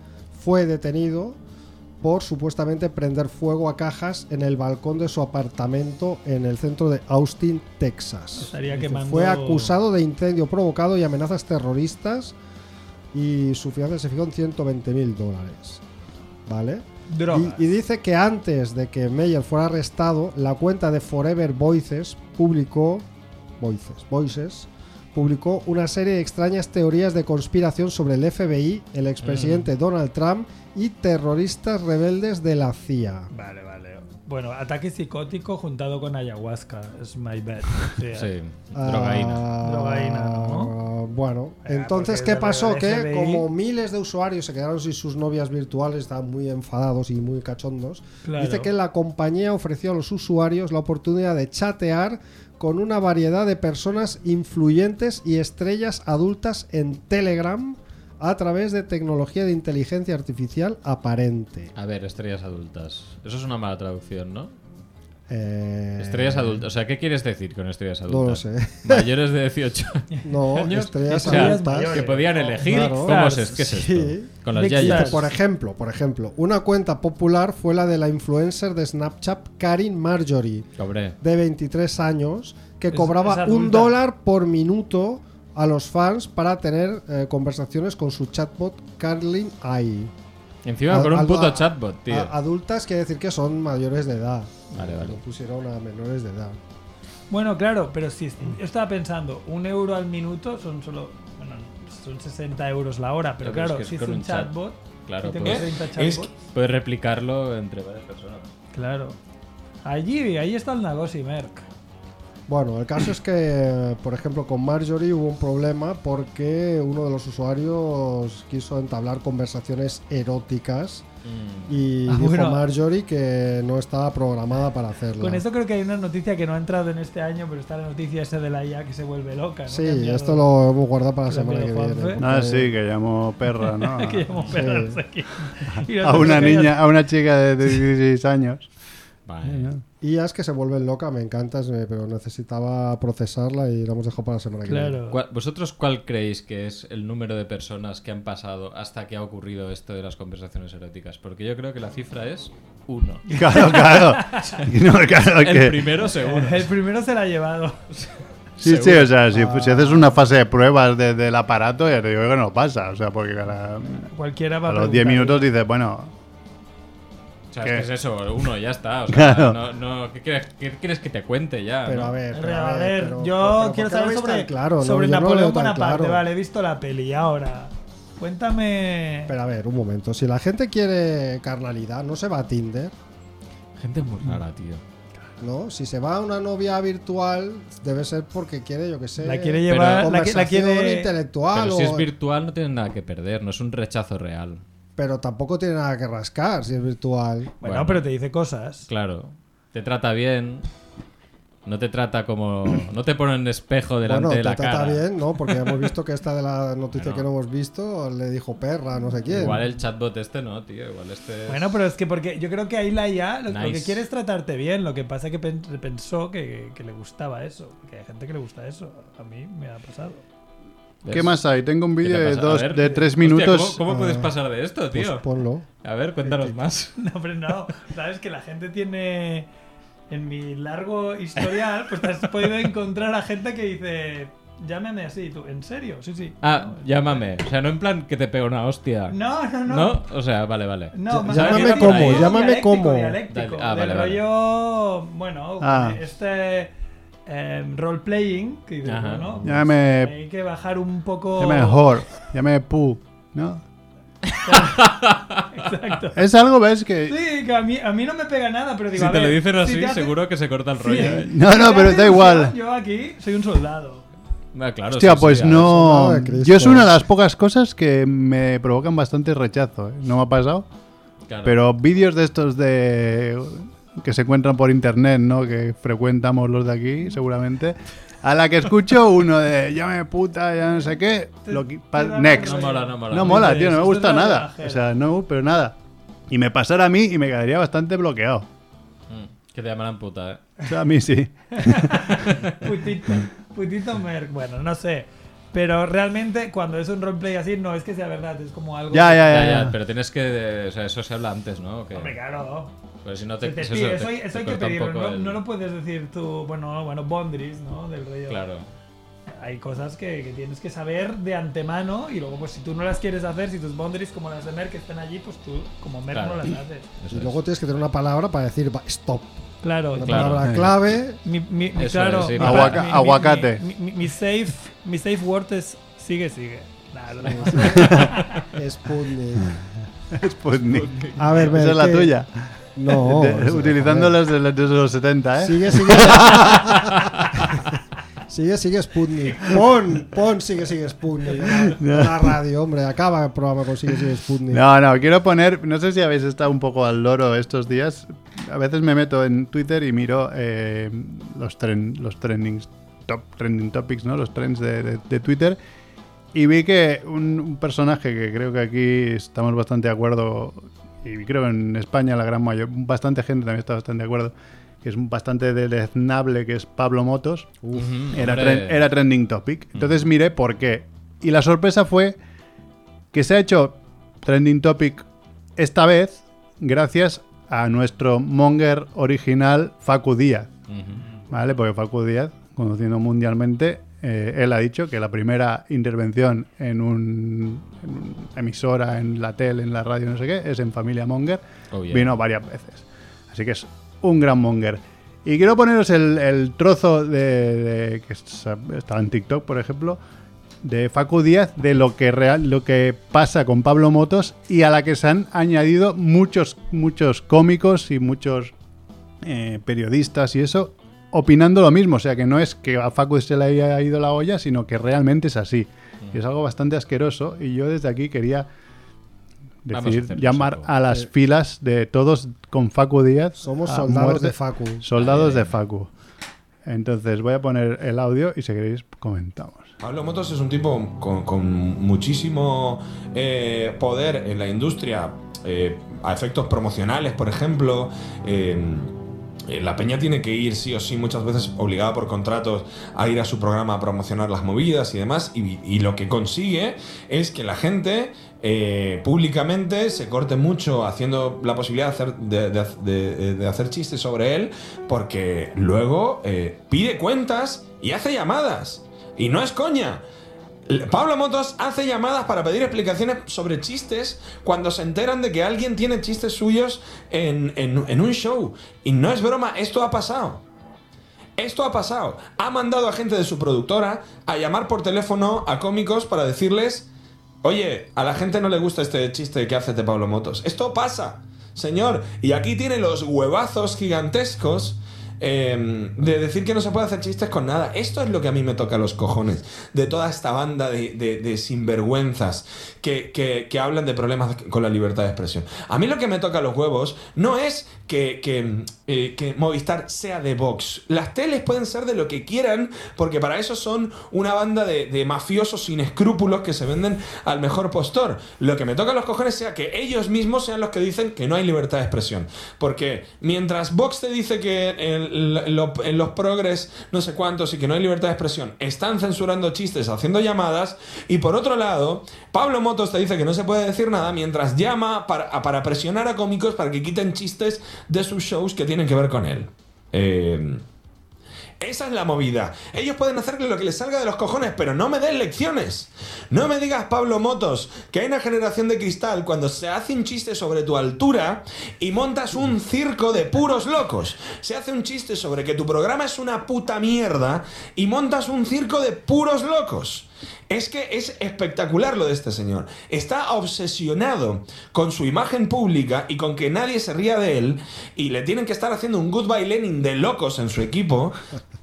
B: fue detenido por supuestamente prender fuego a cajas en el balcón de su apartamento en el centro de Austin, Texas.
D: Estaría quemando-
B: Fue acusado de incendio provocado y amenazas terroristas y su fianza se fijó en 120 mil dólares, ¿vale?
D: Drogas.
B: Y, y dice que antes de que Meyer fuera arrestado, la cuenta de Forever Voices publicó Voices, Voices publicó una serie de extrañas teorías de conspiración sobre el FBI, el expresidente Donald Trump y terroristas rebeldes de la CIA.
D: Vale, vale. Bueno, ataque psicótico juntado con ayahuasca. Es my bad.
A: tío.
D: Sí.
A: Sí, drogaína.
B: Ah,
D: Drogaína, ¿no?
B: Bueno,
D: Ah,
B: entonces,
D: porque
B: ¿qué
D: el
B: pasó? Que
D: FBI
B: como miles de usuarios se quedaron sin sus novias virtuales, estaban muy enfadados y muy cachondos,
D: Claro.
B: dice que la compañía ofreció a los usuarios la oportunidad de chatear con una variedad de personas influyentes y estrellas adultas en Telegram a través de tecnología de inteligencia artificial aparente.
A: A ver, estrellas adultas. Eso es una mala traducción, ¿no?
B: Eh,
A: Estrellas adultas. O sea, ¿qué quieres decir con estrellas adultas?
B: No lo sé.
A: Mayores de 18 años.
B: No,
A: Años,
B: estrellas
A: o sea,
B: adultas.
A: Que podían elegir
B: Claro.
A: cómo es, qué es esto.
B: Sí.
A: Con las
D: Dice,
B: Dice,
A: yayas.
B: por ejemplo, por ejemplo, una cuenta popular fue la de la influencer de Snapchat Karin Marjorie,
A: Hombre.
B: de 23 años, que
D: Es- es
B: cobraba
D: adulta.
B: un dólar por minuto a los fans para tener eh, conversaciones con su chatbot Carlin AI.
A: Encima
B: A-
A: con un
B: algo
A: puto
B: a-
A: chatbot, tío.
B: a- adultas quiere decir que son mayores de edad.
A: Vale, vale.
B: Lo pusieron a menores de edad.
D: Bueno, claro, pero si yo estaba pensando, un euro al minuto son solo. Bueno, son 60 euros la hora, pero,
A: Pero es
D: claro,
A: que es
D: si es
A: con
D: un,
A: un chat.
D: chatbot,
A: Claro,
D: si tengo
A: pues.
D: 30
A: Es
D: chatbots,
A: que puedes replicarlo entre varias personas.
D: claro. Allí, ahí está el negocio, Merck.
B: Bueno, el caso es que, por ejemplo, con Marjorie hubo un problema porque uno de los usuarios quiso entablar conversaciones eróticas
C: Mm.
B: y
D: Ah,
B: dijo
D: bueno.
B: Marjorie que no estaba programada para hacerlo.
D: Con eso creo que hay una noticia que no ha entrado en este año, pero está la noticia esa de la IA que se vuelve loca. ¿no?
B: Sí,
D: Que ha enviado-
B: esto lo hemos guardado para la
D: Creo que
B: semana que
D: lo
B: viene.
D: Juanfe.
C: Ah,
B: porque-
C: sí, que llamó perra, ¿no?
B: Ah,
D: que llamó perras aquí. Y
C: A
D: nosotros
C: una
D: que
C: niña, a una chica de 16 años.
A: Vale.
B: Y ya es que se vuelven loca, me encantas, eh, pero necesitaba procesarla y la hemos dejado para la semana que viene.
D: Claro.
A: ¿Cuál- ¿Vosotros cuál creéis que es el número de personas que han pasado hasta que ha ocurrido esto de las conversaciones eróticas? Porque yo creo que la cifra es uno.
C: Claro, claro. No, claro
A: El
C: que...
A: primero seguro.
D: El primero se la ha llevado.
C: Sí, sí, o sea, si, si haces una fase de pruebas de- del aparato, ya te digo que no pasa. O sea, porque a, la-
D: Cualquiera va
C: a
D: a
C: los 10
D: preguntar.
C: minutos dices, bueno,
A: O sea, es que es eso, uno ya está. O sea,
C: Claro.
A: no, no- ¿qué, quieres, qué quieres que te cuente ya?
B: Pero
A: no?
B: a ver, pero
D: Pero, a ver,
B: pero- pero
D: yo
B: ¿por
D: quiero
B: qué lo
D: saber
B: veis tan
D: sobre,
B: claro, ¿no?
D: sobre
B: Yo no lo
D: Napoleón
B: veo tan
D: Bonaparte.
B: claro.
D: Vale, he visto la peli. Ahora, cuéntame.
B: Pero a ver, un momento. Si la gente quiere carnalidad, no se va a Tinder,
A: Gente muy rara, tío.
B: ¿no? Si se va a una novia virtual, debe ser porque quiere, yo qué sé.
D: la quiere
A: pero-
D: llevar. La, que- la
B: eh, conversación
D: quiere.
B: intelectual
A: Pero si
B: o-
A: es virtual no tienes nada que perder, no es un rechazo real.
B: pero tampoco tiene nada que rascar si es virtual.
D: Bueno,
A: Bueno.
D: pero te dice cosas.
A: Claro. Te trata bien. No te trata como. No te pone un espejo delante
B: bueno,
A: de la
B: te
A: cara.
B: trata bien, ¿no? Porque hemos visto que esta de la noticia
A: Bueno.
B: que no hemos visto le dijo perra, no sé quién.
A: Igual el chatbot este no, tío. Igual este. es-
D: Bueno, pero es que porque yo creo que ahí la IA lo, lo que
A: Nice.
D: quiere es tratarte bien. Lo que pasa es que pen- pensó que, que le gustaba eso. Que hay gente que le gusta eso. A mí me ha pasado.
A: ¿Ves?
C: ¿qué más hay? Tengo un
A: ¿Qué te
C: vídeo de,
A: pasa? A
C: dos,
A: ver, eh,
C: de tres
A: hostia,
C: minutos. Ah.
A: ¿Cómo, cómo puedes pasar de esto,
B: Pues
A: tío?
B: ponlo.
A: A ver, cuéntanos más.
D: No, pero no. Sabes que la gente tiene. En mi largo historial, pues te has podido encontrar a gente que dice. Llámame así. Y tú, ¿en serio? Sí, sí.
A: Ah, llámame. O sea, no en plan que te pega una hostia.
D: No, no, no.
A: ¿No? O sea, vale, vale.
D: No,
B: Ll-
D: más
A: llámame
D: bien
A: como,
D: rollo
B: llámame
D: dialéctico,
B: como.
D: Dialéctico,
A: Dale, ah,
D: del
A: vale, vale.
D: rollo, bueno,
C: Ah.
D: este eh, role-playing, que dices,
A: Ajá.
D: bueno, pues,
C: Llámame-
D: hay que bajar un poco...
C: Llámame whore, llámame pu, ¿no?
D: Exacto.
C: Es algo, ¿ves? Que...
D: Sí, que a mí, a mí no me pega nada, pero digo,
A: Si
D: a
A: te
D: ver,
A: lo dicen
D: si
A: así,
D: te hace-
A: seguro que se corta el
D: Sí,
A: rollo.
D: eh.
A: ¿eh?
C: No,
D: Si
C: no,
D: te
C: pero
D: hace
C: da
D: ilusión,
C: igual.
D: Yo aquí soy un soldado.
A: Ah, claro,
C: Hostia,
A: sí, sí,
C: pues
A: a ver.
C: no.
B: soldado de Cristo.
C: Yo es una de las pocas cosas que me provocan bastante rechazo. ¿eh? No me ha pasado.
A: Claro.
C: Pero vídeos de estos de que se encuentran por internet, ¿no? Que frecuentamos los de aquí, seguramente. A la que escucho uno de llame puta, ya no sé qué. Lo qui- pa-
D: Este, Te da
C: next.
A: No
D: rollo.
A: mola, no mola.
C: No mola,
D: Dices,
C: tío, no me
D: esto
C: gusta
D: es la
C: nada.
D: relajera.
C: O sea, no, pero nada. Y me pasara a mí y me quedaría bastante bloqueado.
A: Mm, Que te llamarán puta, eh.
C: O sea, a mí sí.
D: Putito, putito merc. Bueno, no sé. Pero realmente cuando es un roleplay así, no es que sea verdad, es como algo...
C: Ya, ya,
A: Ya,
C: ya.
D: Eh.
A: ya,
C: ya.
A: pero tienes que. O sea, eso se habla antes, ¿no? Que-
D: Hombre, claro.
A: Pero si no te.
D: Sí, te
A: eso-
D: pide,
A: te-
D: eso, hay-
A: te
D: eso hay que
A: corta un
D: pedirlo,
A: poco
D: no,
A: el-
D: no lo puedes decir tú, bueno, bueno, boundaries, ¿no? Del rollo.
A: Claro.
D: Hay cosas que, que tienes que saber de antemano y luego, pues si tú no las quieres hacer, si tus boundaries como las de Merck están allí, pues tú como Merck
A: Claro.
D: no las haces.
A: Eso
B: Y
A: es.
B: luego tienes que tener una palabra para decir va, stop.
D: Claro,
B: Una
A: Claro.
B: palabra clave.
D: Mi, mi- mi-
A: Eso
D: claro,
A: es, sí,
D: mi-
A: para-
C: Aguaca-
D: mi-
C: aguacate.
D: Mi, mi- mi safe, mi safe word es sigue, sigue. Nah, no, no.
B: Sputnik.
C: Sputnik.
B: A ver,
C: Pues Esa
B: Merck,
C: es la
B: que-
C: tuya.
B: No.
C: De-
B: o sea,
C: utilizando
B: a ver.
C: las de los, de los 70, ¿eh?
B: Sigue, sigue. sigue, sigue Sputnik. Pon, pon, sigue, sigue Sputnik. en La, en la radio, hombre. Acaba el programa con sigue, sigue Sputnik.
C: No, no, quiero poner, no sé si habéis estado un poco al loro estos días. A veces me meto en Twitter y miro eh, los, tren, los trendings, top, trending topics, ¿no? Los trends de, de- de Twitter. Y vi que un, un personaje que creo que aquí estamos bastante de acuerdo, y creo que en España la gran mayoría, bastante gente también está bastante de acuerdo, que es bastante deleznable, que es Pablo Motos.
A: Ujú,
C: Era,
A: hombre.
C: tren- era trending topic. Entonces miré por qué. Y la sorpresa fue que se ha hecho trending topic esta vez gracias a nuestro monger original Facu Díaz.
A: Ujú.
C: ¿Vale? Porque Facu Díaz, conociendo mundialmente, eh, él ha dicho que la primera intervención en, un, en una emisora, en la tele, en la radio, no sé qué, es en Familia Monger.
A: Oh, yeah.
C: Vino varias veces. Así que es un gran monger. Y quiero poneros el, el trozo de, de- que sa- estaba en TikTok, por ejemplo, de Facu Díaz, de lo que, real, lo que pasa con Pablo Motos y a la que se han añadido muchos, muchos cómicos y muchos eh, periodistas y eso opinando lo mismo. O sea, que no es que a Facu se le haya ido la olla, sino que realmente es así.
A: Mm.
C: Y es algo bastante asqueroso y yo desde aquí quería
A: Vamos a
C: decir,
A: hacernos
C: llamar
A: algo.
C: a las
B: Eh,
C: filas de todos con Facu Díaz.
B: Somos
C: a
B: soldados
C: Ah, muerte.
B: de Facu.
C: Soldados de Facu. Entonces voy a poner el audio y si queréis comentamos.
G: Pablo Motos es un tipo con, con muchísimo eh, poder en la industria, eh, a efectos promocionales, por ejemplo. eh, eh, la peña tiene que ir sí o sí, muchas veces obligada por contratos, a ir a su programa a promocionar las movidas y demás, y, y lo que consigue es que la gente eh, públicamente se corte mucho haciendo la posibilidad de hacer, de, de- de- de hacer chistes sobre él, porque luego eh, pide cuentas y hace llamadas. Y no es coña. Pablo Motos hace llamadas para pedir explicaciones sobre chistes cuando se enteran de que alguien tiene chistes suyos en, en- en un show. Y no es broma, esto ha pasado. Esto ha pasado. Ha mandado a gente de su productora a llamar por teléfono a cómicos para decirles, oye, a la gente no le gusta este chiste que hace de Pablo Motos. Esto pasa, señor. Y aquí tiene los huevazos gigantescos eh, de decir que no se puede hacer chistes con nada. Esto es lo que a mí me toca los cojones. De toda esta banda de, de- de sinvergüenzas que, que- que hablan de problemas con la libertad de expresión. A mí lo que me toca los huevos no es que, que, eh, que Movistar sea de Vox. Las teles pueden ser de lo que quieran, porque para eso son una banda de, de mafiosos sin escrúpulos que se venden al mejor postor. Lo que me toca los cojones sea que ellos mismos sean los que dicen que no hay libertad de expresión. Porque mientras Vox te dice que en, lo- en los progres no sé cuántos y que no hay libertad de expresión, están censurando chistes, haciendo llamadas, y por otro lado, Pablo Motos te dice que no se puede decir nada mientras llama para, a- para presionar a cómicos para que quiten chistes de sus shows que tienen que ver con él. Eh, esa es la movida. Ellos pueden hacerle lo que les salga de los cojones, pero no me des lecciones. No me digas, Pablo Motos, que hay una generación de cristal cuando se hace un chiste sobre tu altura y montas un circo de puros locos. Se hace un chiste sobre que tu programa es una puta mierda y montas un circo de puros locos. Es que es espectacular lo de este señor. Está obsesionado con su imagen pública y con que nadie se ría de él y le tienen que estar haciendo un goodbye Lenin de locos en su equipo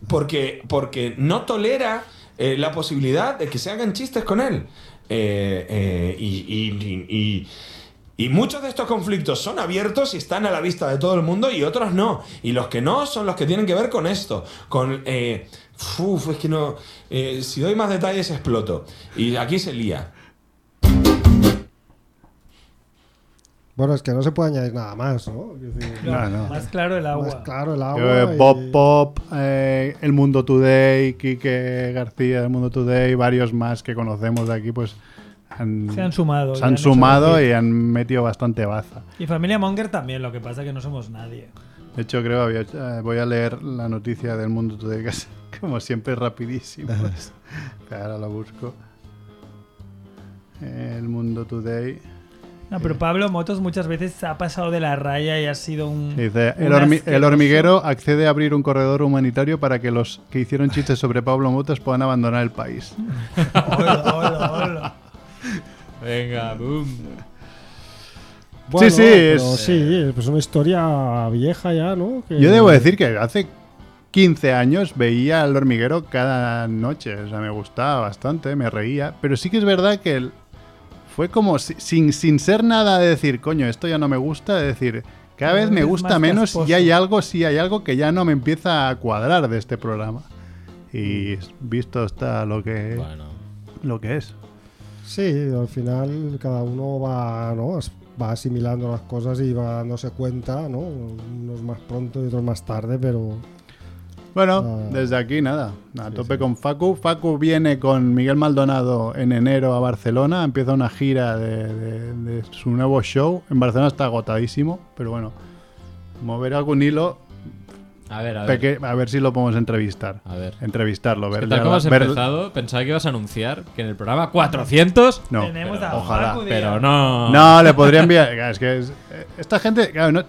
G: porque, porque no tolera eh, la posibilidad de que se hagan chistes con él. Eh, eh, y- y- y- y y muchos de estos conflictos son abiertos y están a la vista de todo el mundo y otros no. Y los que no son los que tienen que ver con esto. Con... Eh, uf, es que no... eh, si doy más detalles exploto. Y aquí se lía.
B: Bueno, es que no se puede añadir nada más, ¿no? Quiero decir,
C: No, no.
D: Más claro el agua.
B: Más claro, el
C: Eh,
B: agua. Ah, y-
C: Bob Pop, eh, El Mundo Today, Quique García, El Mundo Today, varios más que conocemos de aquí, pues han,
D: Se han sumado.
C: se
D: y
C: han
D: hecho
C: sumado
D: decir.
C: y han metido bastante baza.
D: Y familia Monger también, lo que pasa es que no somos nadie.
C: De hecho, creo había, eh, voy a leer la noticia del Mundo Today, que es, como siempre, rapidísimo. Ahora la busco. El Mundo Today.
D: No, pero Pablo Motos muchas veces ha pasado de la raya y ha sido un.
C: Dice,
D: un
C: el, hormi-
D: asqueroso".
C: el hormiguero accede a abrir un corredor humanitario para que los que hicieron chistes sobre Pablo Motos puedan abandonar el país.
D: Hola, hola, hola.
A: Venga, boom.
B: Bueno,
C: Sí, sí,
B: pero
C: es-
B: sí, pues una historia vieja ya, ¿no? Que-
C: Yo debo decir que hace 15 años veía al hormiguero cada noche. O sea, me gustaba bastante, me reía. Pero sí que es verdad que el- fue como si- sin, sin ser nada de decir, coño, esto ya no me gusta, de decir, cada vez me
D: vez
C: gusta
D: más
C: menos y
D: casposo.
C: hay algo, sí hay algo que ya no me empieza a cuadrar de este programa. Y visto está lo que,
A: Bueno.
C: lo que es.
B: Sí, al final cada uno va, ¿no? As- va asimilando las cosas y va dándose cuenta, ¿no? Unos más pronto y otros más tarde, pero
C: Bueno,
B: Ah.
C: desde aquí nada. A tope con Facu. Facu viene con Miguel Maldonado en enero a Barcelona. Empieza una gira de, de- de su nuevo show. En Barcelona está agotadísimo, pero bueno, mover algún hilo.
A: A ver, a ver.
C: peque- A ver, si lo podemos entrevistar.
A: A ver.
C: Entrevistarlo,
A: ¿Qué
C: ver.
A: tal
C: ya
A: como
C: la-
A: has
C: ver-
A: empezado? Pensaba que ibas a anunciar que en el programa 400...
C: No,
D: Tenemos
A: pero
D: a
C: ojalá,
D: Facu Díaz.
A: Pero no...
C: no, le podría enviar. claro, Es que es- eh, esta gente, claro, no,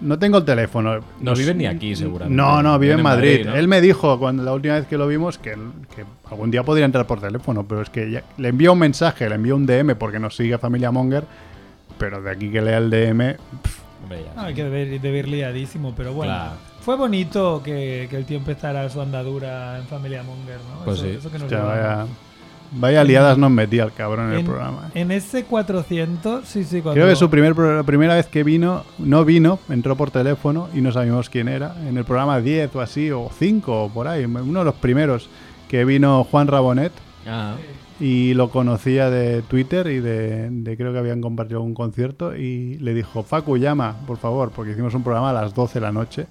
C: no tengo el teléfono.
A: No viven ni aquí, seguramente.
C: No, no, vive en Madrid.
A: ¿no?
C: Él me dijo cuando la última vez que lo vimos que, que algún día podría entrar por teléfono, pero es que ya- le envió un mensaje, le envió un DM porque nos sigue Familia Monger, pero de aquí que lea el DM, pf,
A: Hombre, ya.
D: No, hay que deber, deber liadísimo, pero bueno.
A: Claro.
D: Fue bonito que, que el tío empezara su andadura en Familia Monger, ¿no?
A: Pues
D: eso,
A: sí.
D: eso que nos
C: ya
D: llevaba.
C: vaya, vaya liadas nos metía el cabrón en, el programa.
D: en ese 400, sí, sí, cuando.
C: Creo que su primer, pro- la primera vez que vino, no vino, entró por teléfono y no sabíamos quién era. En el programa 10 o así, o 5 o por ahí, uno de los primeros que vino Juan Rabonet.
A: Ah,
C: y lo conocía de Twitter y de, de- creo que habían compartido un concierto y le dijo, Facu, llama, por favor, porque hicimos un programa a las 12 de la noche.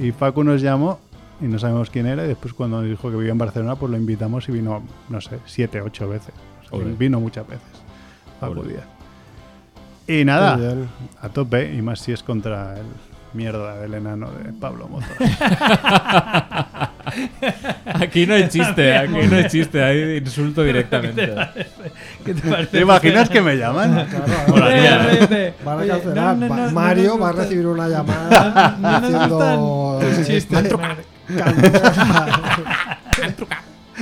C: Y Facu nos llamó y no sabemos quién era y después cuando nos dijo que vivía en Barcelona, pues lo invitamos y vino, no sé, siete, ocho veces. O sea,
A: Ole.
C: vino muchas veces. Facu
A: Ole.
C: Díaz. Y nada,
B: Muy bien.
C: a tope, y más si es contra el mierda del enano de Pablo Motos.
A: Aquí no hay chiste, aquí no hay chiste, hay insulto directamente.
D: ¿Qué te parece?
C: ¿Te imaginas que me llaman?
A: Molaría,
D: Oye,
A: ¿eh?
D: oye,
B: Van a
D: oye,
B: cancelar.
D: no, no,
B: Va-
D: no,
B: Mario
D: no nos
B: va a
D: gusta-
B: recibir una
D: No,
B: llamada
D: no nos
B: diciendo
D: gustan tus
B: eh,
D: chistes.
B: cancela,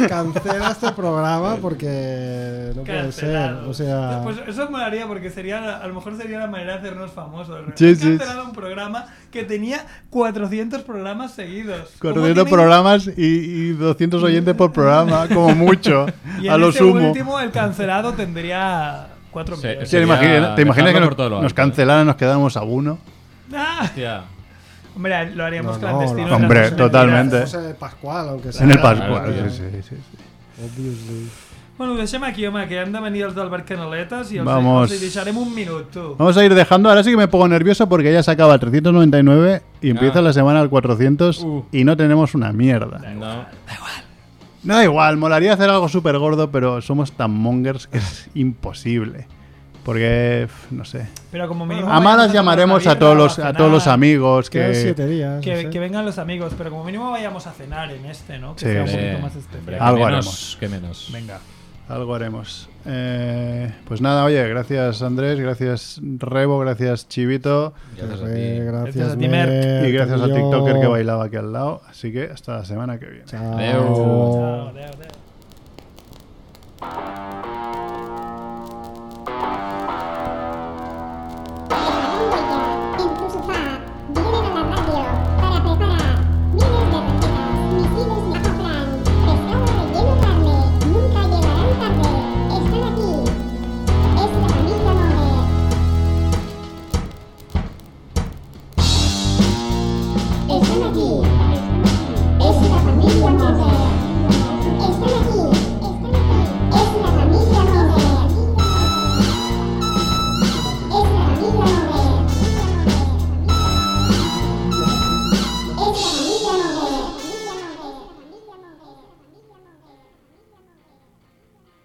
B: cancela este programa porque no puede ser.
D: Cancelado.
B: O sea,
D: Pues eso molaría porque sería, a lo mejor sería la manera de hacernos famosos. ¿no?
C: Sí,
D: He
C: sí,
D: cancelado un programa que tenía 400 programas seguidos. ¿Cómo
C: Coordinando
D: tienen-
C: programas y, y 200 oyentes por programa, como mucho,
D: Y en
C: a lo
D: ese
C: sumo.
D: último el cancelado tendría 4
A: Sí,
D: millones.
C: Sí, ¿Te imaginas, te imaginas que
A: Dejarlo por
C: nos,
A: todo lo
C: nos
A: alto.
C: cancelaran, nos quedáramos a uno?
D: Ah,
A: Hostia.
D: hombre, lo haríamos
B: No, no,
D: clandestino.
B: lo-
C: Hombre,
D: tras-
C: totalmente.
B: José de Pues Pascual, aunque sea.
C: En el Pascual,
A: claro,
C: sí, sí, sí, sí.
B: Obviously.
D: Bueno, ho deixem aquí, home, que han de venir els del Barcanaletes i els,
C: Vamos.
D: els hi deixarem un minut, tu.
C: Vamos a ir dejando, ahora sí que me pongo nervioso porque ya se acaba el 399 y empieza
A: Ah.
C: la semana al 400
A: Uh.
C: y no tenemos una mierda.
A: No.
C: No da igual, molaría hacer algo súper gordo, pero somos tan mongers que es imposible. Porque, pf, no sé.
D: Pero como mínimo...
C: A malas
D: vayamos tomar
C: llamaremos
D: una
C: a todos
D: birra,
C: los, a
D: cenar.
C: todos los amigos
B: Quedan
C: que...
B: siete días. no
D: Que,
B: sé.
D: que vengan los amigos, pero como mínimo vayamos a cenar en este, ¿no? Que
C: Sí.
D: sea un
C: Hombre,
D: poquito más
A: Hombre,
D: este especial.
A: ¿qué
C: Algo
A: menos,
C: haremos.
A: ¿Qué menos?
C: Venga, algo haremos. Eh, pues nada, oye, gracias Andrés, gracias Rebo, gracias Chivito
A: Gracias a
C: Pues,
B: Eh,
A: ti.
B: gracias,
D: Gracias a ti, Merck.
B: Merck,
C: y gracias al
B: yo.
C: TikToker que bailaba aquí al lado. Así que hasta la semana que viene.
B: Chao.
A: Adeu.
D: Chao, adeu, adeu.
H: Están aquí,